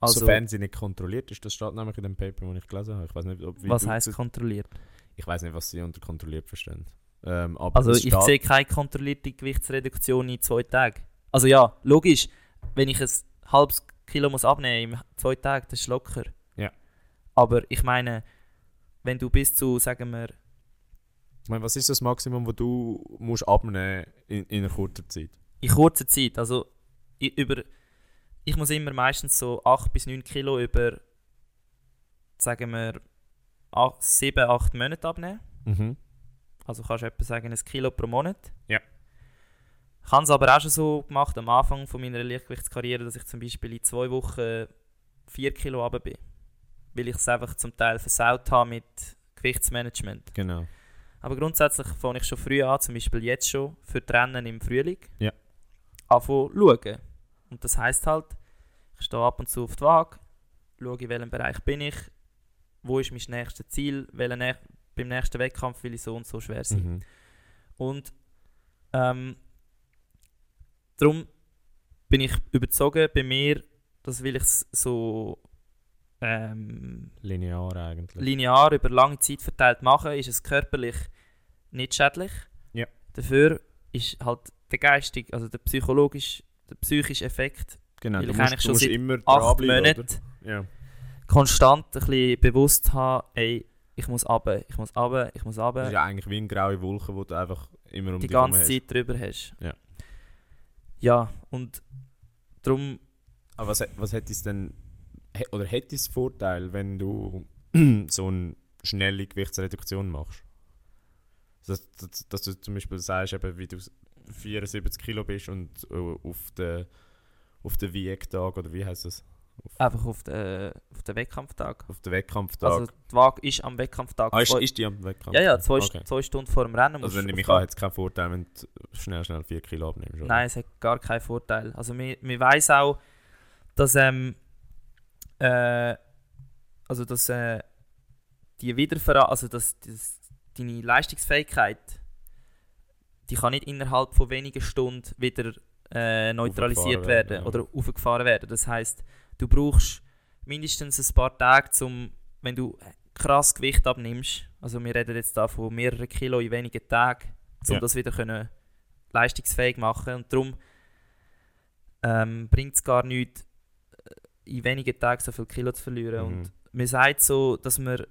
Also,
Sofern sie nicht kontrolliert ist, das steht nämlich in dem Paper, das ich gelesen habe. Ich weiß nicht, ob wie
was
du-
heißt kontrolliert?
Ich weiß nicht, was sie unter kontrolliert verstehen. Ähm, aber
Also
es
ich
steht-
sehe keine kontrollierte Gewichtsreduktion in zwei Tagen. Also ja, logisch, wenn ich ein halbes Kilo muss abnehmen in zwei Tagen, das ist locker.
Ja.
Aber ich meine, wenn du bis zu, sagen wir,
Ich meine, was ist das Maximum, das du musst abnehmen in, in einer kurzen Zeit?
in kurzer Zeit, also i- über, ich muss immer meistens so 8 bis 9 Kilo über, sagen wir, 8, 7, 8 Monate abnehmen. Also kannst du etwa sagen, ein Kilo pro Monat.
Ja.
Ich habe es aber auch schon so gemacht am Anfang von meiner Leichtgewichtskarriere, dass ich zum Beispiel in zwei Wochen 4 Kilo runter bin. Weil ich es einfach zum Teil versaut habe mit Gewichtsmanagement.
Genau.
Aber grundsätzlich fange ich schon früh an, zum Beispiel jetzt schon, für die Rennen im Frühling,
Ja.
an zu schauen. Und das heisst halt, ich stehe ab und zu auf die Waage, schaue, in welchem Bereich bin ich, wo ist mein nächstes Ziel, welcher nä beim nächsten Wettkampf will ich so und so schwer sein.
Mhm.
Und ähm, darum bin ich überzogen bei mir, das will ich s- so ähm,
Linear eigentlich.
linear über lange Zeit verteilt machen, ist es körperlich nicht schädlich.
Ja.
Dafür ist halt der geistige, also der psychologische, der psychische Effekt
genau,
weil
du
ich
musst,
eigentlich
du
schon
musst
seit
immer
acht
dranbleiben,
Monate
oder? Ja.
konstant ein bisschen bewusst haben, ey, ich muss runter, ich muss runter, ich muss runter.
Das ist ja eigentlich wie eine graue Wolke, wo du einfach immer um
die
dich herum
ganze
hast.
Zeit drüber hast.
Ja.
Ja, und darum
Aber was, was hätte es denn, hä- oder hätte es Vorteil, wenn du so eine schnelle Gewichtsreduktion machst? Dass, dass, dass du zum Beispiel sagst, eben, wie du s- 74 Kilo bist und äh, auf den auf den Wiektag oder wie heißt das?
einfach auf den, auf den Wettkampftag.
Auf den Wettkampftag.
Also die Waage ist am Wettkampftag.
ah, ist,
zwei-
ist die am Wettkampf?
ja, ja, zwei,
Okay.
zwei Stunden vor dem Rennen. musst
Also wenn
du
ich mich
auf-
an, hat es keinen Vorteil, wenn du schnell, schnell 4 Kilo abnimmst, oder?
Nein, es hat gar keinen Vorteil. Also man, man weiß auch, dass ähm, äh, also dass äh, die Wiederver also dass, dass deine Leistungsfähigkeit die kann nicht innerhalb von wenigen Stunden wieder äh, neutralisiert
Hochgefahren
werden,
werden, ja.
oder aufgefahren werden. Das heißt, du brauchst mindestens ein paar Tage, zum, wenn du krass Gewicht abnimmst. Also wir reden jetzt da von mehreren Kilo in wenigen Tagen, um
Ja.
das wieder können leistungsfähig machen. Und darum ähm, bringt es gar nichts, äh, in wenigen Tagen so viel Kilo zu verlieren. Und
Mhm.
man sagt so, dass man,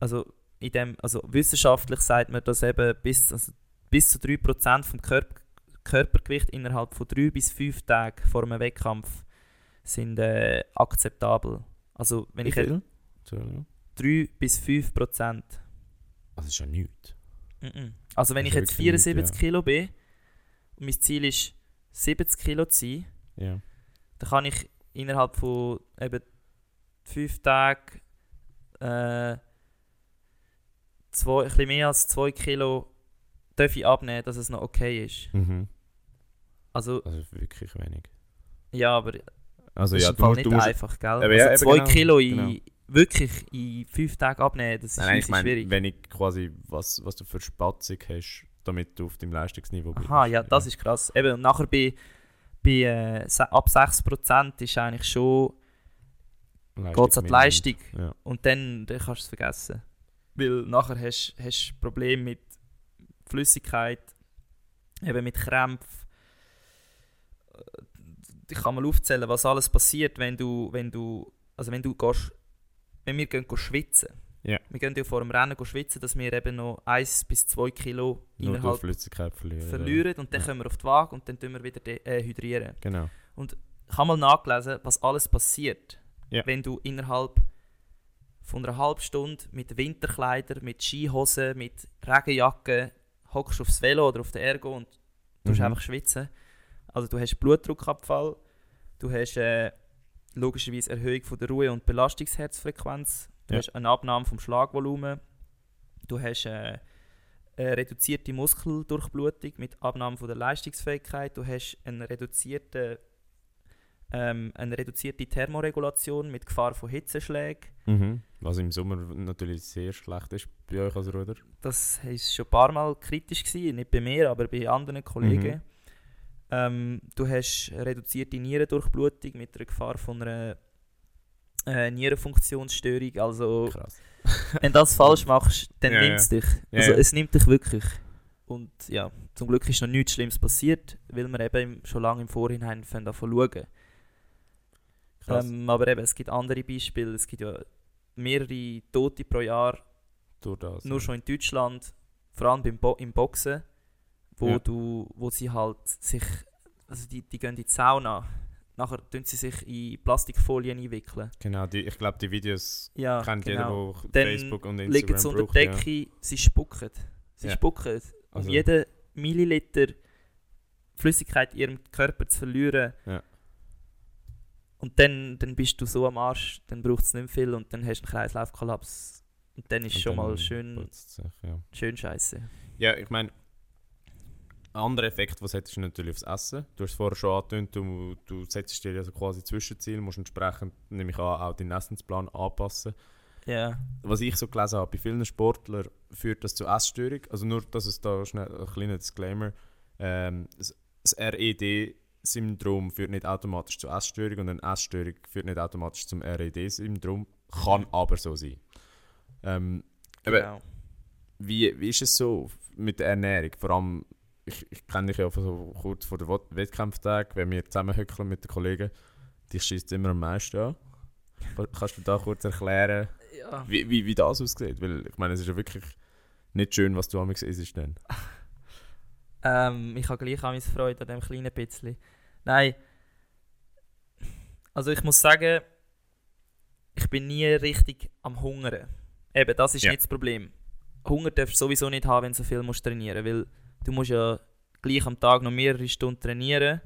also in dem, also wissenschaftlich sagt man, dass eben bis, also bis zu 3% vom Körp Körpergewicht innerhalb von 3 bis 5 Tagen vor einem Wettkampf sind äh, akzeptabel. Also wenn ich jetzt
viel? Entschuldigung.
3 bis 5 Prozent.
Also ist ja nichts.
Mhm. Also wenn
Das
ich
ist
jetzt
ja wirklich nichts,
74 Kilo bin und mein Ziel ist 70 Kilo zu sein,
Ja.
dann kann ich innerhalb von eben 5 Tagen äh, zwei, ein bisschen mehr als 2 Kilo darf ich abnehmen, dass es noch okay ist.
Mhm.
Also
Also wirklich wenig.
ja, aber
Also
das
ja,
ist im
du
Fall
musst,
nicht
du musst
einfach, gell?
Eben, ja, eben
also 2
genau,
Kilo in,
genau.
wirklich in 5 Tagen abnehmen, das ist
Nein, nein, ich
scheisse
meine,
schwierig.
wenn ich quasi, was, was du für Spatzung hast, damit du auf deinem Leistungsniveau bist.
Aha, ja, das ist krass. Eben, und nachher bei, bei äh, se- ab 6% ist eigentlich schon, geht es an die Leistung
Ja.
und dann, dann kannst du es vergessen. Weil nachher hast du hast du Probleme mit Flüssigkeit, eben mit Äh, Krämpfen. Ich kann mal aufzählen, was alles passiert, wenn du, wenn du, also wenn du gehst wenn wir gehen go schwitzen,
Ja.
wir gehen ja vor dem Rennen go schwitzen, dass wir eben noch 1 bis 2 Kilo
Nur durch
innerhalb
Flüssigkeit verlieren.
verlieren und dann
Ja.
kommen wir auf die Waage und dann tun wir wieder de- äh, hydrieren.
Genau.
Ich habe mal nachgelesen, was alles passiert,
Ja.
wenn du innerhalb von einer halben Stunde mit Winterkleidern, mit Skihosen, mit Regenjacke hockst aufs Velo oder auf der Ergo und Du hast
Mhm.
einfach schwitzen. Also du hast Blutdruckabfall, du hast äh, logischerweise Erhöhung von der Ruhe- und Belastungsherzfrequenz, du
Ja.
hast eine Abnahme vom Schlagvolumen, du hast äh, eine reduzierte Muskeldurchblutung mit Abnahme von der Leistungsfähigkeit, du hast eine reduzierte, ähm, eine reduzierte Thermoregulation mit Gefahr von Hitzeschlägen.
Mhm. Was im Sommer natürlich sehr schlecht ist bei euch als Ruder.
das ist schon ein paar Mal kritisch gewesen, nicht bei mir, aber bei anderen Kollegen.
Mhm.
Ähm, du hast eine reduzierte Nierendurchblutung mit der Gefahr von einer äh, Nierenfunktionsstörung. Also,
Krass.
wenn du das falsch machst, dann
Ja,
nimmt es dich.
Ja,
also,
ja.
es nimmt dich wirklich. Und ja, zum Glück ist noch nichts Schlimmes passiert, weil wir eben im- schon lange im Vorhinein fangen an zu schauen.
Krass.
Ähm, aber eben, es gibt andere Beispiele. Es gibt ja mehrere Tote pro Jahr
Durch das.
nur schon in Deutschland, vor allem beim Bo im Boxen, wo
Ja.
du, wo sie halt sich, also die, die gehen in die Sauna, nachher tun sie sich in Plastikfolien einwickeln.
Genau, die, ich glaube, die Videos
Ja,
kennt
genau.
jeder, der
Dann
Facebook und Instagram
Liegen sie unter
braucht.
der Decke, sie spucken, sie
Ja.
spucken.
ja.
Um
Also,
jeden Milliliter Flüssigkeit in ihrem Körper zu verlieren.
Ja.
Und dann, dann bist du so am Arsch, dann braucht es nicht mehr viel und dann hast du einen Kreislaufkollaps. Und dann ist
und
schon
dann
mal schön,
putzt es sich, ja.
schön scheiße.
Ja, ich meine, ein anderer Effekt, was hättest du natürlich aufs Essen. Du hast es vorher schon angetönt, du, du setzt dir also quasi Zwischenziel, musst entsprechend, nehme ich an, auch deinen Essensplan anpassen.
Ja.
Was ich so gelesen habe, bei vielen Sportlern führt das zu Essstörung. Also nur, dass es da schnell ein kleiner Disclaimer, ähm, das das RED-Syndrom führt nicht automatisch zu Essstörung und eine Essstörung führt nicht automatisch zum RED-Syndrom, kann aber so sein. Ähm, eben,
Genau.
wie, wie ist es so mit der Ernährung? Vor allem, ich, ich kenne dich ja von so kurz vor dem Wett- Wettkampftag, wenn wir zusammenhöckeln mit den Kollegen, dich schießt immer am meisten an. Ka- Kannst du da kurz erklären,
Ja.
wie, wie, wie das aussieht? Weil ich meine, es ist ja wirklich nicht schön, was du am isst dann.
Ähm, ich habe gleich auch meine Freude an dem kleinen bisschen. Nein. Also ich muss sagen, ich bin nie richtig am Hungern. Eben, das ist
Ja.
nicht das Problem. Hunger darfst du sowieso nicht haben, wenn du so viel musst trainieren weil du musst ja gleich am Tag noch mehrere Stunden trainieren,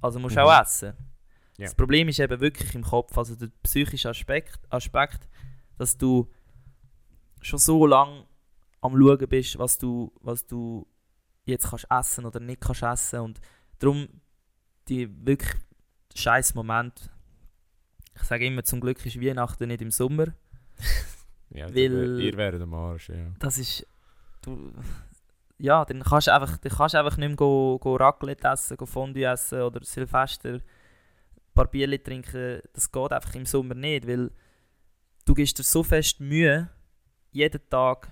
also musst du
Mhm.
auch essen.
Ja.
Das Problem ist eben wirklich im Kopf, also der psychische Aspekt, Aspekt dass du schon so lange am Schauen bist, was du, was du jetzt kannst essen oder nicht kannst essen und darum die wirklich scheiß Moment. Ich sage immer, zum Glück ist Weihnachten nicht im Sommer.
Ja,
Weil-
wär- ihr wäret am Arsch, ja.
Das ist. Du, ja, dann kannst du einfach, dann kannst du einfach nicht mehr go, go Raclette essen, go Fondue essen oder Silvester, ein paar Bierchen trinken. Das geht einfach im Sommer nicht, weil du gibst dir so fest Mühe, jeden Tag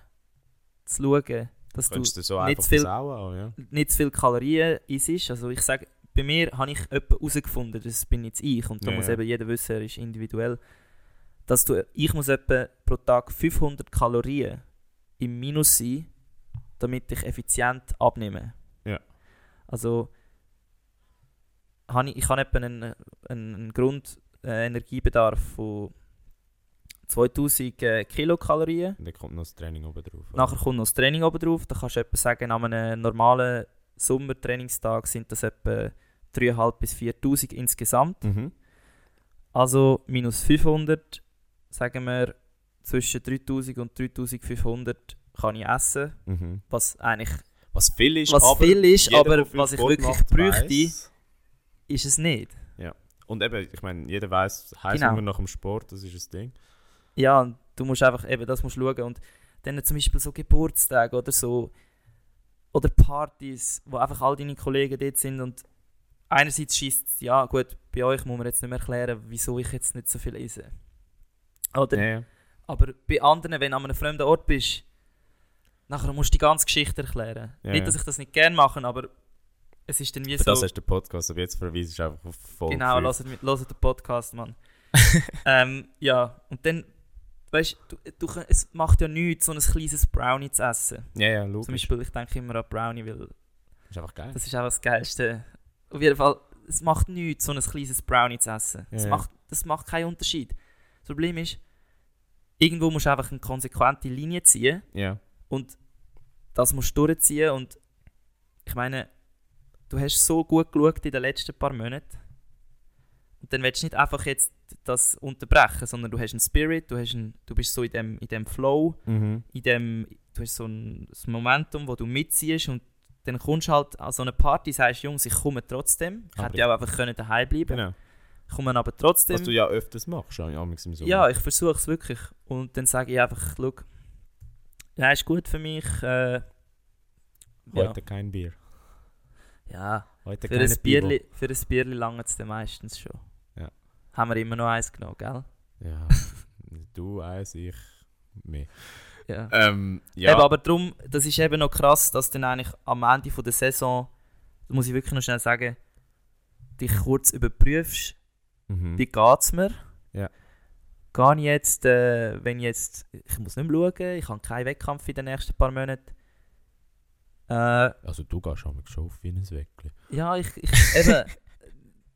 zu schauen, dass du
Könntest du so
nicht
einfach
zu viel-
versauen, auch, ja.
nicht zu viele Kalorien isst. Also ich sage, bei mir habe ich jemanden herausgefunden, das bin jetzt ich und da
Ja,
muss
ja.
eben jeder wissen, er ist individuell, dass du, ich muss etwa pro Tag 500 Kalorien im Minus sein, damit ich effizient abnehme.
Ja.
Also habe ich, ich habe etwa einen, einen, einen Grundenergiebedarf von 2000 äh, Kilokalorien.
Und dann kommt noch das Training oben drauf. oder?
Nachher kommt noch das Training oben drauf. Da kannst du etwa sagen, an einem normalen Sommertrainingstag sind das etwa 3.500 bis 4.000 insgesamt.
Mhm.
Also minus 500, sagen wir zwischen 3.000 und 3.500 kann ich essen.
Mhm.
Was eigentlich
Was viel ist,
was
aber...
viel ist,
jeder, der
aber
viel
was ich
Sport
wirklich
macht,
bräuchte,
weiss-
ist es nicht.
Und eben, ich meine, jeder weiß, heißt
Genau.
nach dem Sport, das ist ein Ding.
Ja, und du musst einfach eben das musst schauen. Und dann zum Beispiel so Geburtstage oder so. Oder Partys, wo einfach all deine Kollegen dort sind und einerseits schießt ja gut, bei euch muss man jetzt nicht mehr erklären, wieso ich jetzt nicht so viel esse. Oder,
Ja, ja.
Aber bei anderen, wenn du an einem fremden Ort bist, nachher musst du die ganze Geschichte erklären.
Ja, ja.
nicht, dass ich das nicht gerne mache, aber es ist dann wie
Für
so...
das hast du den Podcast, aber jetzt verweise ich einfach auf Folge
Genau,
fünf.
hört, mit- hört den Podcast, Mann. ähm, ja, und dann weißt du, du, kö- es macht ja nichts, so ein kleines Brownie zu essen.
Ja, ja, logisch.
Zum Beispiel, ich denke immer an Brownie, weil
Ist einfach geil.
das ist auch das Geilste. Auf jeden Fall, es macht nichts, so ein kleines Brownie zu essen.
Ja,
Es
ja.
macht, das macht keinen Unterschied. Das Problem ist, irgendwo musst du einfach eine konsequente Linie ziehen.
Ja.
Und das musst du durchziehen. Und ich meine, du hast so gut geschaut in den letzten paar Monaten. Und dann willst du nicht einfach jetzt das unterbrechen, sondern du hast einen Spirit, du, hast einen, du bist so in dem, in dem Flow,
Mhm.
in dem, du hast so ein, das Momentum, wo du mitziehst und dann kommst du halt an so eine Party, sagst Jungs, ich komme trotzdem. Ich
Aber
hätte
ich-
ja auch einfach können daheim bleiben können,
Genau.
komme aber trotzdem.
Was du ja öfters machst, am am liebsten im Sommer.
Ja, ich versuche es wirklich. Und dann sage ich einfach, schau, ja, ist gut für mich. Äh, ja,
Heute kein Bier.
ja
Heute
für,
keine
ein
Bibo.
Bierli, für ein Bierli langt es dann meistens schon.
Ja.
Haben wir immer noch eins genommen, gell?
Ja. du, eins, ich, mehr.
Ja.
Ähm, ja.
Eben, aber darum, das ist eben noch krass, dass dann eigentlich am Ende von der Saison, das muss ich wirklich noch schnell sagen, dich kurz überprüfst,
mhm.
wie geht's mir?
Ja.
Gehe ich jetzt, äh, wenn ich jetzt, ich muss nicht mehr schauen, ich habe keinen Wettkampf in den nächsten paar Monaten. Äh,
Also du gehst am schon auf wie ein Weckli.
Ja, ich, ich eben,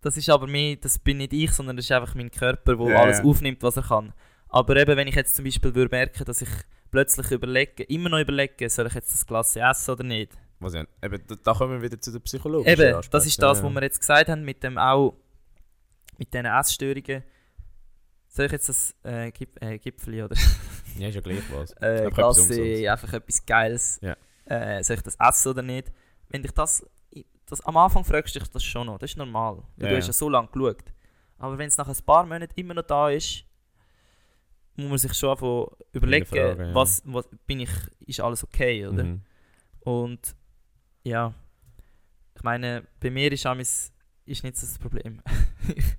das ist aber mir, das bin nicht ich, sondern das ist einfach mein Körper, der
Ja,
alles
ja.
aufnimmt, was er kann. Aber eben, wenn ich jetzt zum Beispiel würde merken, dass ich plötzlich überlege, immer noch überlege, soll ich jetzt das Glas essen oder nicht?
Was ja, eben, da, da kommen wir wieder zu den psychologischen
Eben, das
Aspekten,
ist das,
Oh, ja.
was wir jetzt gesagt haben, mit dem auch, mit diesen Essstörungen. Soll ich jetzt das äh, Gip äh, Gipfeli oder
Ja, ist ja gleich was.
äh,
Einfach etwas
Klasse,
Ungesundes.
einfach etwas Geiles.
Ja.
Äh, soll ich das essen oder nicht? Wenn dich das, das am Anfang fragst du dich das schon noch, das ist normal. Weil
Ja,
du
ja.
hast ja so lange geschaut. Aber wenn es nach ein paar Monaten immer noch da ist, muss man sich schon anfangen überlegen,
Hinterfragen, ja.
was, was bin ich, ist alles okay, oder?
Mhm.
Und ja, ich meine, bei mir ist amis ist nicht so das Problem.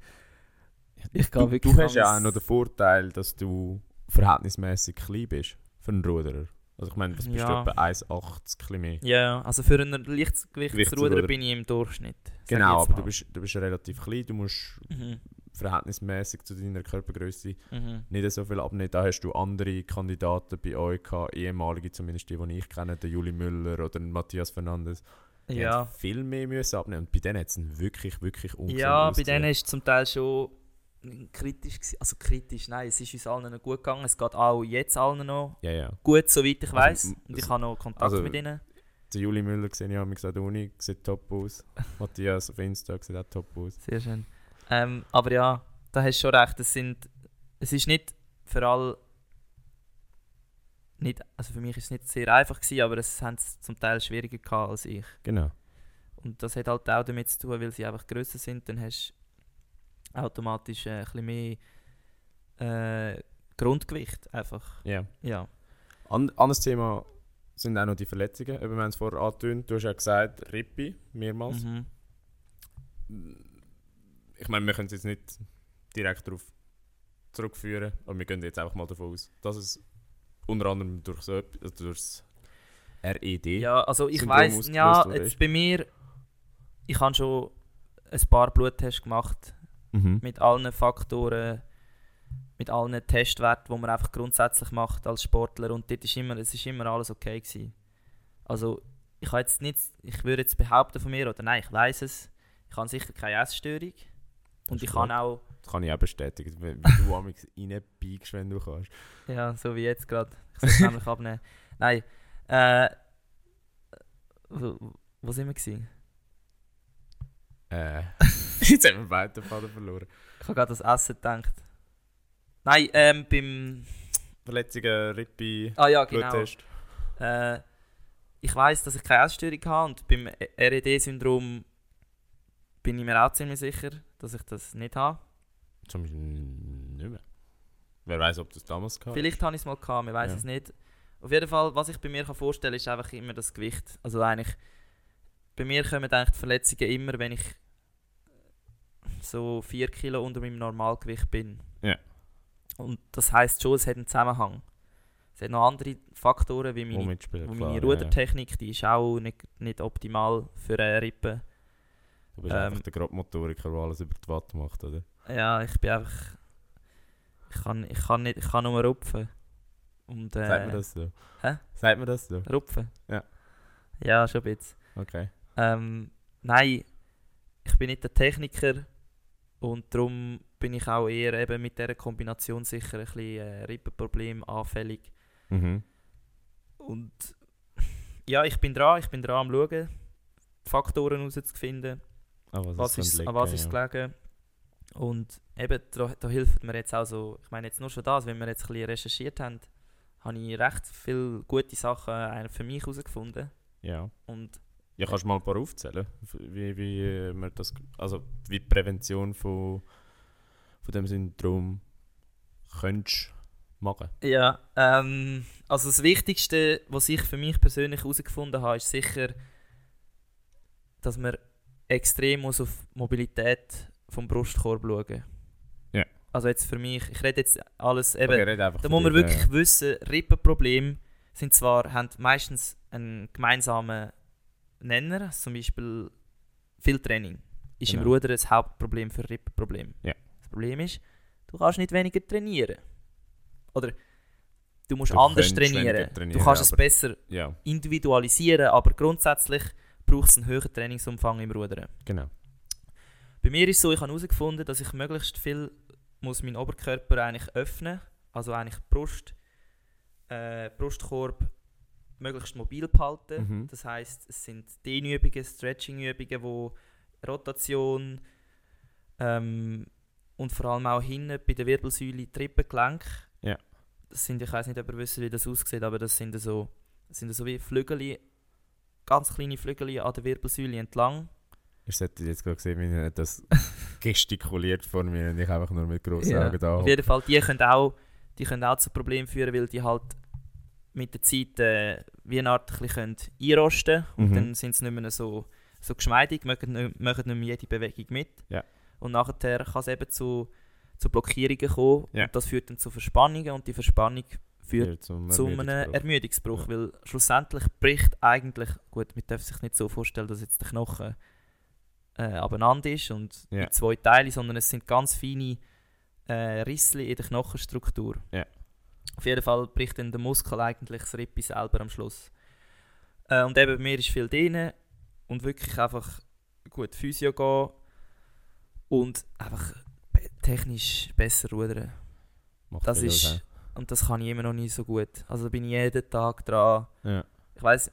ich
Du, du hast ja auch noch den Vorteil, dass du verhältnismäßig klein bist für einen Ruderer. Also ich meine, was bist
Ja.
du etwa 1,80 bisschen mehr?
Ja, also für einen Lichtgewichtsruder
Gewichtsruderer.
bin ich im Durchschnitt. sag ich
Genau,
jetzt
aber du
mal.
bist, du bist relativ klein, du musst
Mhm.
verhältnismäßig zu deiner Körpergröße
Mhm.
nicht so viel abnehmen. Da hast du andere Kandidaten bei euch gehabt, ehemalige zumindest die, die ich kenne, den Juli Müller oder den Matthias Fernandes. Die
Ja,
haben viel mehr müssen abnehmen und bei denen hat es wirklich, wirklich ungesund
ja bei
ausgesehen.
denen ist zum Teil schon kritisch gewesen. Also kritisch, nein, es ist uns allen noch gut gegangen. Es geht auch jetzt allen noch
Ja, ja.
gut, soweit ich
Also,
weiß.
m-
Und ich
also-
habe noch Kontakt
also-
mit ihnen.
Der Juli Müller gesehen, ich habe mir gesagt, Uni sieht top aus. Matthias auf Insta sieht auch top aus.
Sehr schön. Ähm, aber ja, da hast du schon recht. Es, sind, es ist nicht für alle. Nicht, also für mich ist es nicht sehr einfach gewesen, aber es haben es zum Teil schwieriger gehabt als ich.
Genau.
Und das hat halt auch damit zu tun, weil sie einfach grösser sind, dann hast du automatisch äh, ein bisschen mehr äh, Grundgewicht einfach.
Ja.
Ja.
An anderes Thema sind auch noch die Verletzungen. Eben, Wir haben es vorher angetönt, du hast ja gesagt, Rippi, mehrmals.
Mhm.
Ich meine, wir können es jetzt nicht direkt darauf zurückführen, aber wir gehen jetzt einfach mal davon aus, dass es unter anderem durch so etwas, also E durch das RED.
Ja, also ich
Syndrom
weiß,
ausgelöst
ja,
worden
jetzt
ist.
bei mir, ich habe schon ein paar Bluttests gemacht
Mhm.
mit allen Faktoren, mit allen Testwerten, die man einfach grundsätzlich macht als Sportler und dort ist immer, es ist immer alles okay gewesen. Also ich habe jetzt nicht, ich würde jetzt behaupten von mir oder nein, ich weiß es, ich habe sicher keine Essstörung und
ist
ich
gut.
kann auch,
Das kann ich auch bestätigen, wie wie du amigs reinbiegst, wenn du kannst.
ja, so wie jetzt gerade, ich soll es nämlich abnehmen. Nein, äh, wo, wo sind wir gewesen?
Äh. jetzt haben wir beide den Faden verloren.
Ich habe gerade das Essen gedacht. Nein, ähm, beim,
Verletzungen, Rippi,
ah ja, genau.
Bluttest.
Äh, ich weiß, dass ich keine Essstörung habe und beim RED-Syndrom bin ich mir auch ziemlich sicher, dass ich das nicht habe.
Zum Beispiel nicht mehr. Wer weiß, ob das damals gehabt
Vielleicht habe ich es mal gehabt, man weiß
Ja.
es nicht. Auf jeden Fall, was ich bei mir kann vorstellen kann, ist einfach immer das Gewicht. Also eigentlich, bei mir kommen eigentlich die Verletzungen immer, wenn ich so 4 Kilo unter meinem Normalgewicht bin.
Ja.
Und das heißt schon, es hat einen Zusammenhang. Es hat noch andere Faktoren, wie meine
mitspielen.
Und meine Rudertechnik, die ist auch nicht, nicht optimal für eine Rippe.
Du bist
Ähm,
einfach der Grobmotoriker, der alles über die Watt macht, oder?
Ja, ich bin einfach. Ich kann, ich kann, nicht, ich kann nur rupfen. Und, äh,
Sagt man das so?
hä?
Sagt man das so?
Rupfen?
Ja.
Ja, schon ein bisschen.
Okay.
Ähm, nein, ich bin nicht der Techniker und darum bin ich auch eher eben mit dieser Kombination sicher ein bisschen äh, Rippenproblem anfällig.
Mhm.
Und ja, ich bin dran, ich bin dran am Schauen, Faktoren herauszufinden,
An Ah, was,
was
es
ist,
dann
an was
liegt,
ist es
ja.
gelegen. Und eben, da, da hilft mir jetzt auch so, ich meine jetzt nur schon das, wenn wir jetzt ein bisschen recherchiert haben, habe ich recht viele gute Sachen äh, für mich herausgefunden.
Ja.
Und
ja, kannst du mal ein paar aufzählen? Wie, wie, äh, man das, also, wie die Prävention von, von dem Syndrom könntest machen?
Ja, ähm, also das Wichtigste, was ich für mich persönlich herausgefunden habe, ist sicher, dass man extrem muss auf die Mobilität vom Brustkorb schauen
Ja.
Also jetzt für mich, ich rede jetzt alles eben,
Okay, red einfach
da
von
muss man
dir,
wirklich wissen, Rippenprobleme sind zwar, haben meistens einen gemeinsamen Nenner, zum Beispiel viel Training ist im
Genau.
Ruder das Hauptproblem für Rippenprobleme.
Ja.
Das Problem ist, du kannst nicht weniger trainieren. Oder du musst
Du
anders
könntest weniger
trainieren. Du
trainieren,
kannst es
aber-
besser
Ja, ja
individualisieren, aber grundsätzlich braucht es einen höheren Trainingsumfang im Rudern.
genau.
Bei mir ist es so, ich habe herausgefunden, dass ich möglichst viel muss meinen Oberkörper eigentlich öffnen also eigentlich Brust, äh, Brustkorb möglichst mobil behalten.
Mhm.
Das heißt, es sind Dehnübungen, Stretchingübungen, wo Rotation ähm, und vor allem auch hinten bei der Wirbelsäule Trippengelenk.
Ja.
Das sind, ich weiß nicht, ob ihr wisst, wie das aussieht, aber das sind so, das sind so wie Flügel, ganz kleine Flügel an der Wirbelsäule entlang.
Ich hätte jetzt gerade gesehen, wie er das gestikuliert vor mir und ich einfach nur mit grossen
Ja,
Augen da.
Auf jeden Fall, die können auch, die können auch zu Problemen führen, weil die halt mit der Zeit äh, wie eine Art ein bisschen können einrosten und
Mhm.
dann sind sie nicht mehr so, so geschmeidig, machen nicht, machen nicht mehr jede Bewegung mit.
Ja.
Und nachher kann es eben zu, zu Blockierungen kommen
Ja.
und das führt dann zu Verspannungen und die Verspannung führt
Ja, zum
zu einem Ermüdungsbruch,
Ermüdungsbruch.
weil schlussendlich bricht eigentlich, gut, man darf sich nicht so vorstellen, dass jetzt der Knochen äh, abeinander ist und
Ja.
in zwei Teile, sondern es sind ganz feine äh, Risse in der Knochenstruktur.
Ja.
Auf jeden Fall bricht dann der Muskel eigentlich das Rippe selber am Schluss. Äh, und eben, bei mir ist viel drin und wirklich einfach gut Physio gehen und einfach be- technisch besser rudern.
Macht
Das
viel aus,
ist. Und das kann ich immer noch nie so gut. Also da bin ich jeden Tag dran.
Ja.
Ich weiß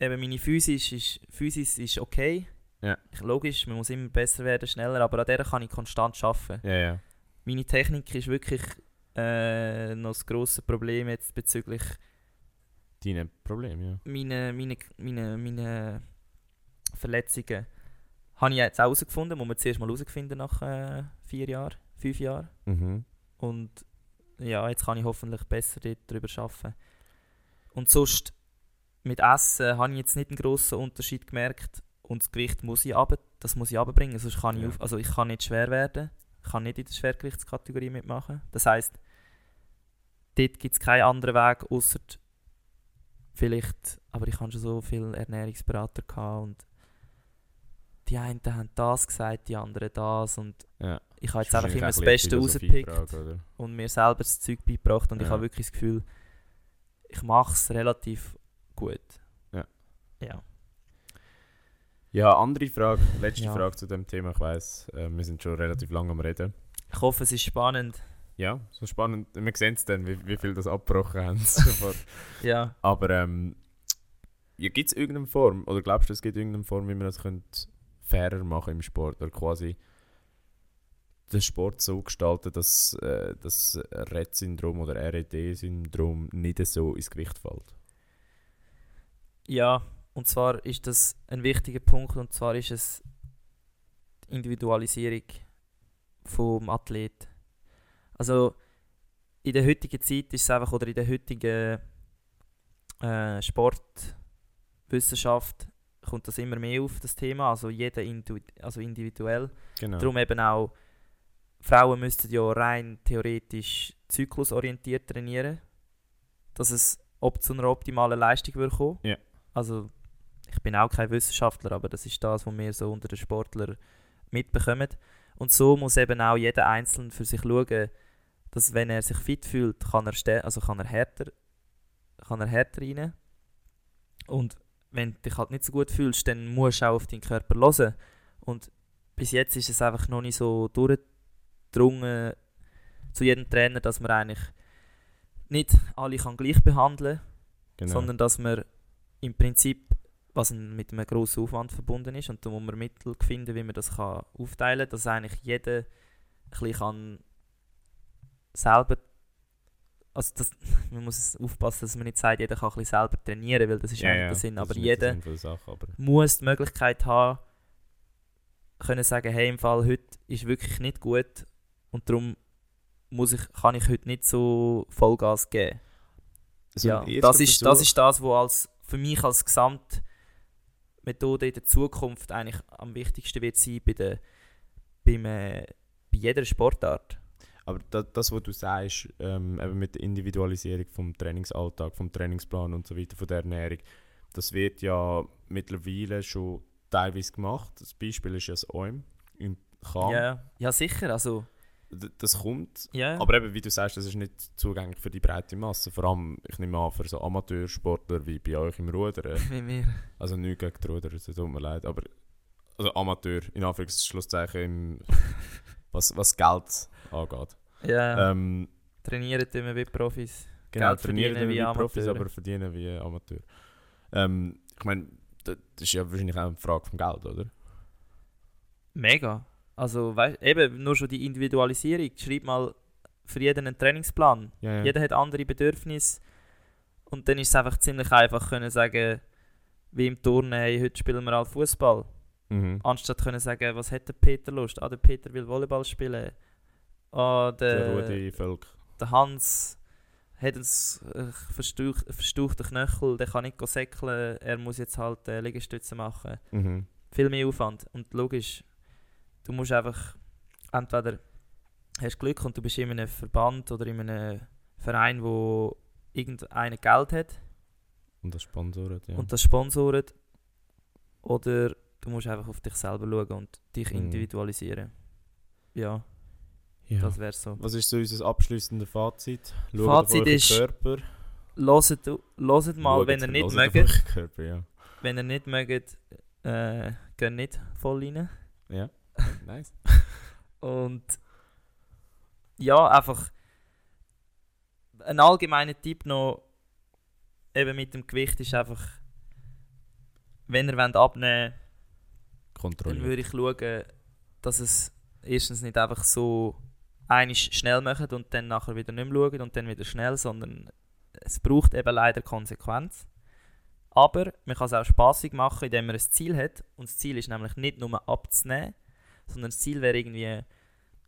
eben meine Physis ist, Physis ist okay.
Ja.
Ich, logisch, man muss immer besser werden, schneller, aber an der kann ich konstant arbeiten.
Ja, ja.
Meine Technik ist wirklich äh, noch das grosse Problem jetzt bezüglich
Dein Problem, ja.
meine, meine, meine, meine Verletzungen. Habe ich jetzt auch herausgefunden, muss man zuerst mal herausfinden nach äh, vier Jahren, fünf Jahren.
Mhm.
Und ja, jetzt kann ich hoffentlich besser dort drüber arbeiten. Und sonst, mit Essen habe ich jetzt nicht einen grossen Unterschied gemerkt. Und das Gewicht muss ich runter, das muss ich runterbringen, sonst kann ich
Ja.
auf, also ich kann nicht schwer werden. Ich kann nicht in der Schwergewichtskategorie mitmachen. Das heisst, dort gibt es keinen anderen Weg, außer vielleicht, aber ich habe schon so viele Ernährungsberater gehabt und die einen haben das gesagt, die anderen das und
Ja.
ich habe jetzt
Ist
einfach immer das
wahrscheinlich
Beste
auch ein bisschen
rausgepickt
Philosophiefrage, oder?
und mir selber das Zeug beigebracht und ich
Ja.
habe wirklich das Gefühl, ich mache es relativ gut.
Ja.
Ja.
Ja, andere Frage, letzte
Ja.
Frage zu dem Thema. Ich weiss, äh, wir sind schon relativ lange am Reden.
Ich hoffe, es ist spannend.
Ja, so spannend. Wir sehen es dann, wie, wie viel das abgebrochen haben. sofort.
Ja.
Aber ähm, ja, gibt es irgendeine Form, oder glaubst du, es gibt irgendeine Form, wie man das könnte fairer machen im Sport? Oder quasi den Sport so gestalten, dass äh, das Rett-Syndrom oder RED-Syndrom nicht so ins Gewicht fällt?
Ja, und zwar ist das ein wichtiger Punkt und zwar ist es die Individualisierung vom Athlet. Also in der heutigen Zeit ist es einfach oder in der heutigen äh, Sportwissenschaft kommt das immer mehr auf das Thema, also jeder intu also individuell.
Genau.
Darum eben auch, Frauen müssten ja rein theoretisch zyklusorientiert trainieren, dass es ob zu einer optimalen Leistung würde kommen.
Ja.
Also, ich bin auch kein Wissenschaftler, aber das ist das, was wir so unter den Sportlern mitbekommen. Und so muss eben auch jeder Einzelne für sich schauen, dass wenn er sich fit fühlt, kann er, stär- also kann er härter, kann er härter rein. Und wenn du dich halt nicht so gut fühlst, dann musst du auch auf deinen Körper hören. Und bis jetzt ist es einfach noch nicht so durchgedrungen zu jedem Trainer, dass man eigentlich nicht alle kann gleich behandeln
Genau.
sondern dass man im Prinzip, was ein- mit einem grossen Aufwand verbunden ist, und da muss man Mittel finden, wie man das kann aufteilen kann, dass eigentlich jeder ein bisschen kann selber, also das, man muss aufpassen, dass man nicht sagt, jeder kann ein bisschen selber trainieren, weil das ist
Ja,
eigentlich
ja,
der Sinn,
das
aber
ist nicht der
jeder
Sinn von der Sache, aber
muss die Möglichkeit haben, können sagen, hey, im Fall heute ist wirklich nicht gut und darum muss ich, kann ich heute nicht so Vollgas geben.
so
ja,
ein erster
das, ist, das
Versuch-
ist das, was als, für mich als Gesamtmethode in der Zukunft eigentlich am wichtigsten wird sein bei, der, beim, äh, bei jeder Sportart.
Aber das, das was du sagst, ähm, eben mit der Individualisierung vom Trainingsalltag, vom Trainingsplan und so weiter, von der Ernährung, das wird ja mittlerweile schon teilweise gemacht. Das Beispiel ist ja das OIM im Cham.
Ja, ja, sicher. Also,
D- Das kommt.
ja.
Aber eben, wie du sagst, das ist nicht zugänglich für die breite Masse. Vor allem, ich nehme an, für so Amateursportler wie bei euch im Rudern.
wie wir.
Also nicht gegen die Ruder, es tut mir leid, aber also Amateur, in Anführungszeichen, im, was, was Geld angeht.
Ja,
Ähm,
trainieren tun wir wie Profis.
genau,
Geld
trainieren
verdienen
wie,
wie
Profis,
Amateure.
aber verdienen wie Amateur. Ähm, ich meine, das ist ja wahrscheinlich auch eine Frage vom Geld, oder?
Mega. Also, weißt, eben, nur schon die Individualisierung. Schreib mal für jeden einen Trainingsplan.
Ja,
Jeder hat andere Bedürfnisse. Und dann ist es einfach ziemlich einfach können sagen, wie im Turnen, hey, heute spielen wir halt Fußball.
Mhm.
Anstatt können sagen, was hat der Peter Lust? Ah, der Peter will Volleyball spielen. Ah,
Der
der,
Rudi Völk.
der Hans hat einen verstaucht- verstauchten Knöchel, der kann nicht go säckeln, er muss jetzt halt äh, Liegestütze machen
Mhm.
viel mehr Aufwand. Und logisch, du musst einfach entweder hast Glück und du bist in einem Verband oder in einem Verein, wo irgendeiner Geld hat
Und das Sponsorat, ja.
und das sponsort. Oder du musst einfach auf dich selber schauen und dich
Mhm.
individualisieren. Ja,
ja.
das wäre so.
was ist so unser abschließendes Fazit? Schaut
Fazit
auf euren
ist-
Körper.
Loset, loset mal,
Schaut-
wenn ihr nicht
hört auf
mögt.
euren Körper, ja.
Wenn ihr nicht mögt, äh, geht nicht voll rein.
ja. Nice.
Und ja, einfach ein allgemeiner Tipp noch eben mit dem Gewicht ist einfach, wenn ihr wollt abnehmen wollt, dann
Kontrolliert.
würde ich schauen, dass es erstens nicht einfach so einisch schnell macht und dann nachher wieder nicht mehr schaut und dann wieder schnell, sondern es braucht eben leider Konsequenz. Aber man kann es auch spaßig machen, indem man ein Ziel hat. Und das Ziel ist nämlich nicht nur abzunehmen, sondern das Ziel wäre irgendwie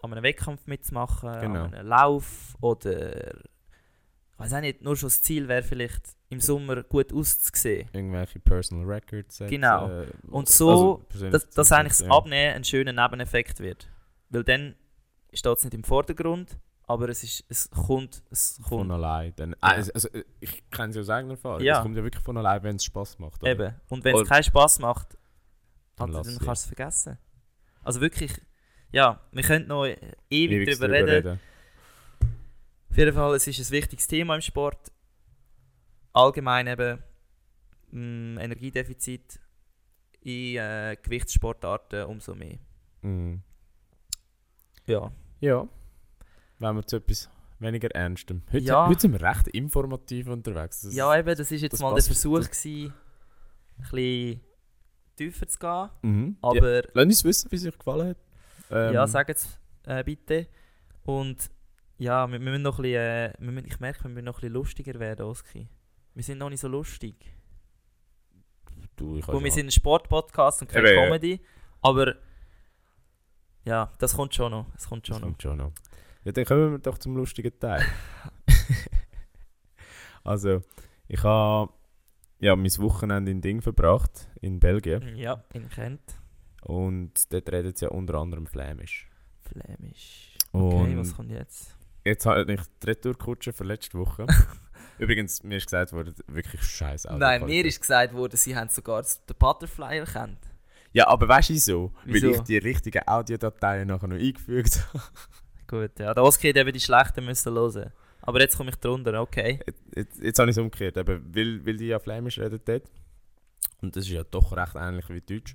an einem Wettkampf mitzumachen,
Genau.
an einem Lauf oder ich weiß auch nicht, nur schon das Ziel wäre vielleicht im Sommer gut auszusehen.
irgendwelche Personal Records setzen.
Genau.
äh,
Und so,
persönlich
dass, dass
setzen,
eigentlich das Abnehmen ein schöner Nebeneffekt wird. Weil dann steht es nicht im Vordergrund, aber es, ist, es kommt, es
Von
kommt halt,
allein. Dann, Ah, also, also, äh, ich kenne es ja aus eigener Erfahrung.
Ja.
Es kommt ja wirklich von allein, wenn es Spass macht. oder?
eben. Und wenn
Oder-
es keinen Spass macht,
Dann
dann,
lass
dann
es
kannst du es vergessen. Also wirklich, ja, wir könnten noch ewig,
Ewig
darüber reden. Auf jeden Fall, es ist ein wichtiges Thema im Sport. Allgemein eben mh, Energiedefizit in äh, Gewichtssportarten umso mehr.
Mhm.
Ja.
Ja. Wenn wir zu etwas weniger Ernstem. Heute,
Ja.
heute sind wir recht informativ unterwegs. Das-
ja, eben, das war jetzt
das
mal der
passt-
Versuch,
das-
gewesen, ein bisschen tiefer zu gehen.
Mhm. ja.
Aber
Lass uns wissen, wie es euch gefallen hat.
ja,
Ähm,
sagt es äh, bitte. Und ja, wir, wir müssen noch ein bisschen, äh, wir müssen, ich merke, wir müssen noch ein bisschen lustiger werden, Oski. Wir sind noch nicht so lustig.
du, ich
Gut, wir
ja-
sind ein Sportpodcast und keine
Eben, ja.
Comedy. Aber ja, das kommt schon noch. Es kommt
Das
schon noch.
kommt schon noch. Ja, dann kommen wir doch zum lustigen Teil. also, ich habe ja, mein Wochenende in Ding verbracht, in Belgien.
Ja, in Kent.
Und dort redet sie ja unter anderem Flämisch.
Flämisch. Okay,
Und
was kommt jetzt?
jetzt habe ich die Retourkutsche für letzte Woche. Übrigens, mir ist gesagt worden, wirklich scheiß Auto.
Nein, mir ist gesagt worden, sie haben sogar das- den Butterfly erkannt.
Ja, aber weißt du wieso?
Wieso?
Weil ich die richtigen Audiodateien nachher noch eingefügt habe.
Gut, ja. Der Oski hätte eben die Schlechten müssen hören. Aber jetzt komme ich drunter, okay.
Jetzt, jetzt habe ich es umgekehrt, eben, weil, weil die ja Flämisch reden dort. Und das ist ja doch recht ähnlich wie Deutsch.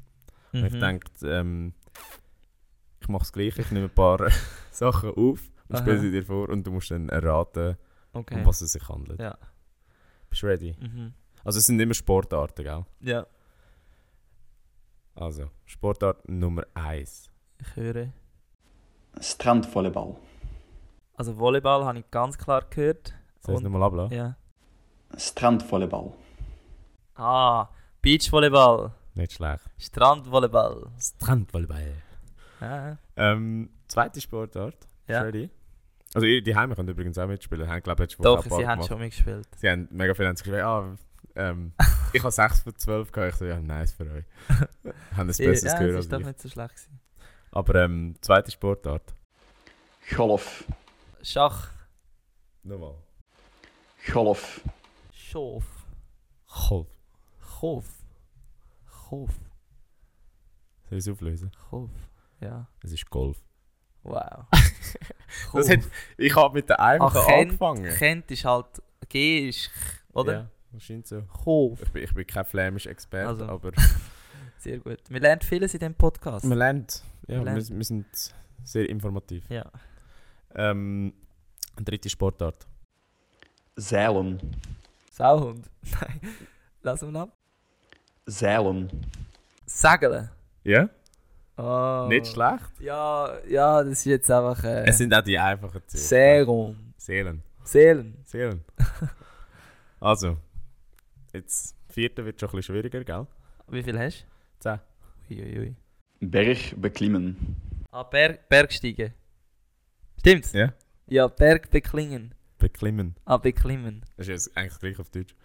Und ich
Mhm.
denke, ähm, ich mache das Gleiche, ich nehme ein paar Sachen auf und
Aha.
spiele sie dir vor und du musst dann erraten,
okay.
um was es sich handelt.
Ja.
Bist du ready?
Mhm.
Also es sind immer Sportarten, gell?
Ja,
Also, Sportart Nummer 1.
ich höre.
Strandvolleybal.
Also Volleyball habe ich ganz klar gehört.
Soll ich es
Und-
nochmal ablassen?
Ja.
Strandvolleybal.
Ah, Beachvolleyball,
Nicht schlecht.
Strandvolleyball.
Strandvolleyball.
Ja,
Ähm, zweite Sportart.
Ja.
Ready? Also ihr, die Heime könnt übrigens auch mitspielen. Haben, glaube ich, letzte Woche
doch,
auch ein paar
sie haben
gemacht.
schon mitgespielt.
Sie haben mega viel haben sich gesagt, ah, ähm, ich habe 6 von 12 gehabt. Ich so, ja, nice für euch. haben ein besseres
ja,
gehört
es
als
ist doch
ich.
nicht so schlecht gewesen.
Aber ähm, zweite Sportart.
Golf.
Schach,
Nochmal.
Golf.
Schof,
Golf.
Chof, Chof,
Soll ich es auflösen?
Chof. Ja,
Es ist Golf.
wow.
Das hat, ich habe mit der einfachen
Ach, Ah, Kent-
angefangen.
Kent ist halt, G ist, Ch, oder?
Ja, wahrscheinlich so.
Chof.
Ich bin, ich bin kein Flämisch-Experte,
Also.
aber
Sehr gut. Wir lernen vieles in diesem Podcast.
man lernt. Ja,
Man
Wir, wir sind sehr informativ.
Ja.
Ähm, dritte Sportart.
Zeilen.
Sauhund. Nein, lass ihn ab.
Zeilen.
Segeln.
Ja?
Oh.
Nicht schlecht.
Ja, ja, das ist jetzt einfach äh,
Es sind auch die einfachen Ziele.
Serum.
Seelen.
Seelen.
Seelen. also, jetzt vierte wird schon ein bisschen schwieriger, gell?
Wie viel hast
Zehn.
du? Uiuiui.
Berg beklimmen.
Ah, Berg, Bergsteigen. Stimmt's?
Ja.
Ja, Berg beklingen.
Beklimmen.
Ah, beklimmen.
Das ist jetzt eigentlich gleich auf Deutsch.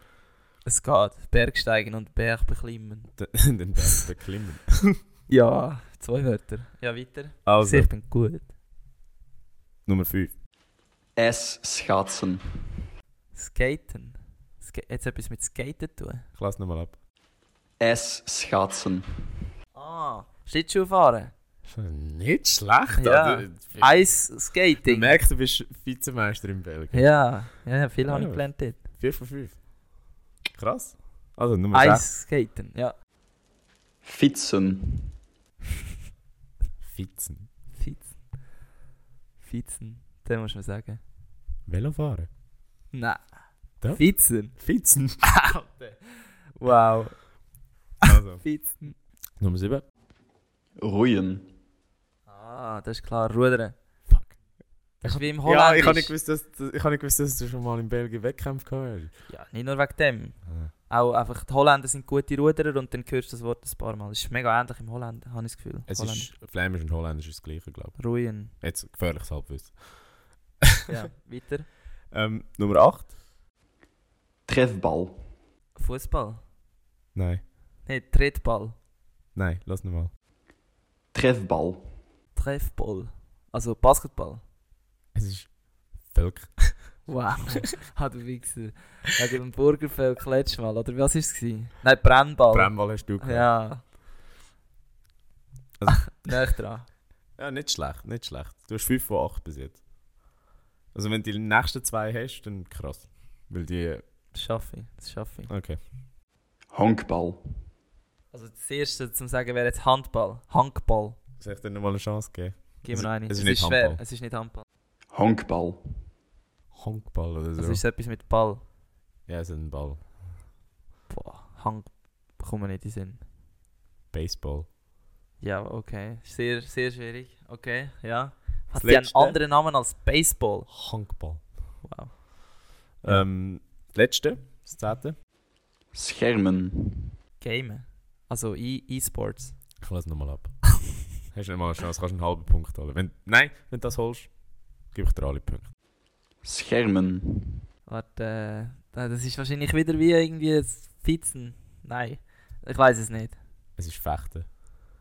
Es geht. Bergsteigen und Berg beklimmen.
Den den Berg beklimmen.
Ja, zwei Wörter. Ja, weiter.
Also,
Ich bin gut.
Nummer 5.
Es schaatsen.
Skaten. Ska jetzt etwas mit Skaten tun.
Ich lasse nochmal ab.
Es schaatsen.
Ah, Schlittschuhfahren.
Nicht schlecht,
Ja.
Alter.
Ice
Du
Skating.
merkst, du bist Vizemeister in Belgien.
Ja, ja, viel habe
Ja.
ich gelernt dort.
4 von 5. Krass. Also Nummer 6.
Ice Skaten, ja.
Fietsen.
Vizen.
Fitzen. Fitzen, den muss man sagen.
Velofahren.
Nein.
Doch.
Fitzen.
Vizen.
Wow.
Also,
Fitzen.
Nummer 7.
Roeien.
Ah, das ist klar. Rudern.
Fuck.
Das ist wie im
Ja,
Holländisch.
ich habe nicht, gewusst, dass- dass- ich hab nicht gewusst, dass du schon mal in Belgien Wettkämpfe gehabt
Ja, nicht nur wegen dem.
hast.
Auch einfach, die Holländer sind gute Ruderer und dann hörst du das Wort ein paar Mal. Das ist mega ähnlich im Holländer, habe ich das Gefühl.
Es
Holländisch.
ist, Flämisch und Holländisch ist das gleiche, glaube
Ruhen.
ich. Jetzt gefährliches Halbwissen.
Ja, weiter.
Ähm, Nummer 8?
Trefbal.
Fußball.
Nein.
Nein, Tretball.
Nein, lass nochmal.
Trefbal.
Treffball. Also Basketball.
Es ist Völk.
Wow, ah, du Wichser. Wegen dem Burgerfeld letztes Mal, oder was war es? gewesen? Nein, Brennball.
Bremwall hast du gehabt.
Ja.
Also-
Näher dran.
Ja, nicht schlecht, nicht schlecht. Du hast 5 von 8 bis jetzt. Also wenn du die nächsten zwei hast, dann krass. Weil die...
Das schaffe ich, das schaffe ich.
Okay.
Honkbal.
Also das Erste zum Sagen wäre jetzt Handball. Handball.
Soll ich dir nochmal eine Chance geben?
Gib mir
Es-
noch eine.
es ist nicht
schwer,
Handball.
es ist nicht Handball.
Honkbal.
Honkball oder so.
Es ist etwas mit Ball.
ja, es ist ein Ball.
Boah, Hand bekomme nicht in den Sinn.
Baseball.
Ja, okay. Sehr, sehr schwierig. Okay, ja.
Das
Hat die einen
Letzte.
anderen Namen als Baseball?
Honkball.
Wow.
Ähm, das letzte, das zehnte.
Schermen.
Game. Also E- E-Sports.
Ich lasse nochmal ab. hast du nochmal eine Chance, kannst einen halben Punkt holen. Wenn, nein, wenn du das holst, gebe ich dir alle Punkte.
Schermen.
Warte, äh, ah, das ist wahrscheinlich wieder wie irgendwie das Fitzen. Nein, ich weiß es nicht.
Es ist Fechten.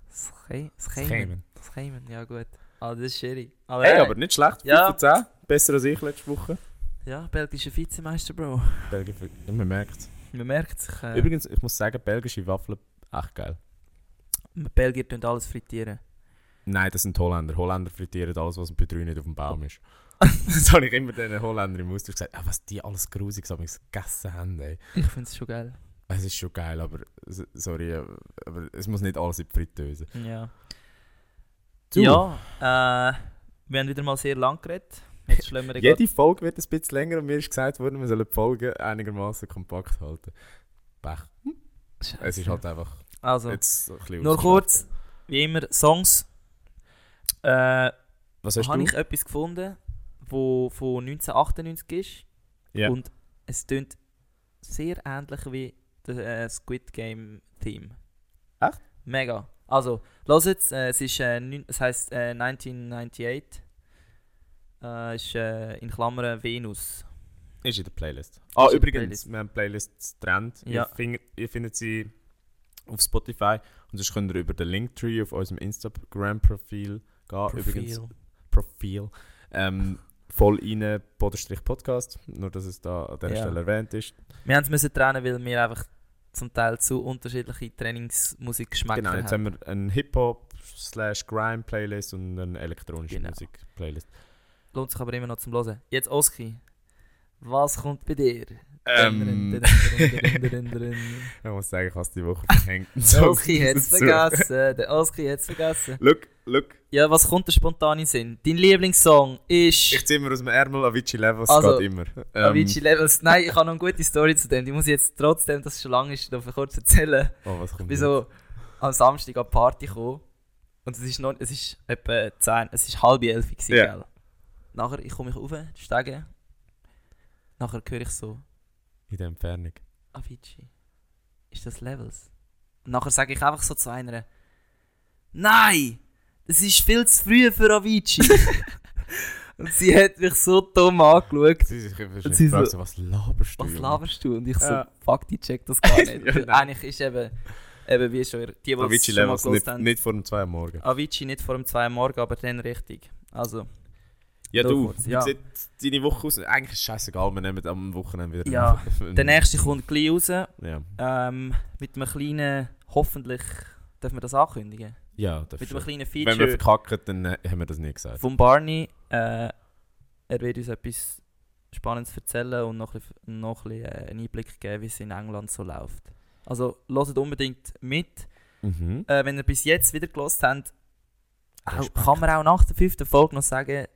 Das Chä- das
Das
Chemen.
Kämen.
Das Chemen, ja gut. Ah, das ist schwierig. Aber,
Hey,
äh,
aber nicht schlecht. 5
Ja.
von 10. Besser als ich letzte Woche.
Ja, belgischer Vizemeister, Bro.
Belgien, ja, man merkt
Man merkt sich, äh,
Übrigens, ich muss sagen, belgische Waffeln, echt geil.
Belgier tun alles frittieren.
Nein, das sind Holländer. Holländer frittieren alles, was bei drei nicht auf dem Baum ist. das habe ich immer den Holländern im Austausch gesagt. Ah, was die alles Grusiges haben gegessen haben, ey.
Ich finde es schon geil.
Es ist schon geil, aber s- sorry, äh, aber es muss nicht alles in die Fritteuse.
Ja.
Du.
Ja, äh, wir haben wieder mal sehr lang geredet. Jetzt schlagen wir gerade-
Jede Folge wird ein bisschen länger und mir ist gesagt worden, wir sollen die Folge einigermaßen kompakt halten. Pech. Es ist halt einfach
Also,
jetzt halt ein bisschen
nur
ausgeschlagen.
kurz, wie immer, Songs. Äh,
Was hast
habe
du?
ich etwas gefunden, wo von 1998 ist.
Ja.
Und es tönt sehr ähnlich wie das äh, Squid Game Theme.
Echt?
Mega. Also, los jetzt, äh, es ist, äh, neun- es heißt äh, 1998. Äh, ist äh, in Klammern Venus.
Ist in der Playlist. Ah,
in der
übrigens,
Playlist.
wir haben Playlists getrennt.
Ja.
Ihr, findet, ihr findet sie auf Spotify und sonst könnt ihr über den Linktree auf unserem Instagram-Profil gehen. Ah, Übrigens,
Profil.
Profil. Ähm, voll rein, Bodenstrich Podcast. Nur, dass es da an der
Ja.
Stelle erwähnt ist.
Wir haben es müssen trennen, weil wir einfach zum Teil zu unterschiedliche Trainingsmusik geschmeckt
Genau, jetzt
haben.
haben wir eine Hip-Hop-Slash-Grime-Playlist und eine elektronische
Genau.
Musik-Playlist.
Lohnt sich aber immer noch zum Hören. Jetzt Oski, was kommt bei dir?
Ähm,
Der
ich muss sagen, ich habe die Woche verhängt.
Oski hat es vergessen. Der Oski hat es vergessen.
Look, look.
Ja, was kommt der spontan in den Sinn? Dein Lieblingssong ist
Ich ziehe mir aus dem Ärmel Avicii Levels,
Also,
geht immer. Ähm,
Avicii Levels. Nein, ich habe noch eine gute Story zu dem. Die muss ich jetzt trotzdem, dass es schon lange ist, noch kurz erzählen.
Oh, was kommt
Ich bin so am Samstag an die Party gekommen. Und es ist noch, es ist etwa 10, es ist halb elf gewesen,
Ja.
gell? Nachher, ich komme ich rauf, die Stege. Nachher höre ich so,
in der Entfernung?
Avicii, ist das Levels? Und nachher sage ich einfach so zu einer, Nein! Das ist viel zu früh für Avicii! und sie hat mich so dumm angeschaut.
Sie sich
Und sie so-
wahrscheinlich gefragt, so, was laberst du?
Was
Junge?
laberst du? Und ich so,
Ja.
fuck, die checkt das gar nicht.
Ja, nein.
Eigentlich ist eben, eben wie schon, die, die es
Avicii
schon mal Ah,
Levels,
gehört
nicht,
haben,
nicht vor dem 2 Uhr morgen.
Avicii nicht vor dem 2 Uhr morgen, aber dann richtig. Also,
Mhm. Ja,
Doch,
du,
kurz,
wie
ja.
sieht deine Woche aus? Eigentlich ist es scheißegal, wir nehmen am Wochenende wieder
Ja,
auf.
der nächste kommt gleich raus.
Ja,
Ähm, mit einem kleinen, hoffentlich, darf man das ankündigen?
ja das
Mit
schon.
einem kleinen
Wenn wir
Feature
verkacken, dann äh, haben wir das nie gesagt.
von Barney. Äh, er wird uns etwas Spannendes erzählen und noch ein bisschen, noch ein bisschen äh, einen Einblick geben, wie es in England so läuft. Also, hört unbedingt mit.
Mhm.
Äh, wenn ihr bis jetzt wieder gelost habt, auch,
Respekt.
kann man auch nach der fünften Folge noch sagen,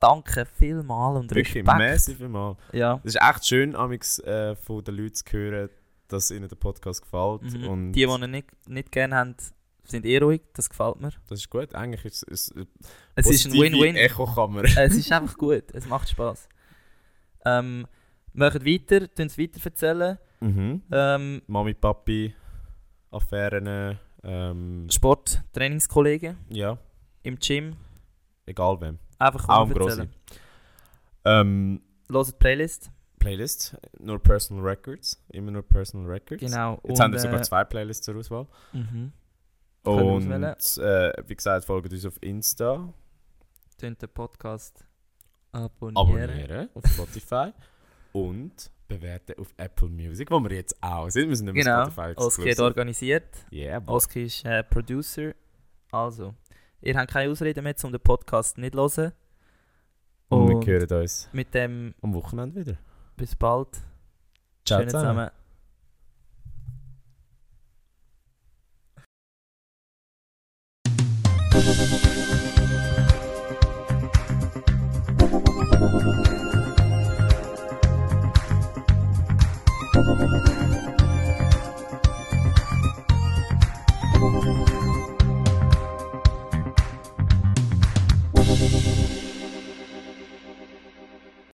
danke vielmal und
Wirklich
Respekt.
massiv mal.
Ja.
Es ist echt schön, amix äh, von den Leuten zu hören, dass ihnen der Podcast gefällt.
Mhm.
Und
die, die ihn nicht, nicht gerne haben, sind eh ruhig, das gefällt mir.
das ist gut. Eigentlich ist es, es
Es ist ein Win-Win.
Echo-Kammer.
es ist einfach gut, es macht Spass. Ähm, macht weiter, tun es weiter erzählen.
Mhm.
Ähm,
Mami, Papi, Affären, ähm,
Sport, Trainingskollegen
ja,
im Gym,
egal wem.
einfach
Auch
mal
im
erzählen.
Grossen. Ähm,
Hört die Playlist.
Playlist, nur Personal Records, immer nur Personal Records.
Genau.
Jetzt haben wir
äh,
sogar zwei Playlists zur Auswahl.
Mhm.
Und
Können wir
äh, wie gesagt, folgt uns auf Insta,
Tun den Podcast abonnieren.
abonnieren auf Spotify und bewerten auf Apple Music, wo wir jetzt auch sind. Wir sind nicht mehr
Genau.
Spotify
Oski hat
exclusive.
organisiert.
Yeah, boy.
Oski ist äh, Producer. Also, ihr habt keine Ausrede mehr, um den Podcast nicht zu hören.
Und wir hören uns
mit dem
am Wochenende wieder.
Bis bald.
Ciao
Schönen
zusammen.
zusammen.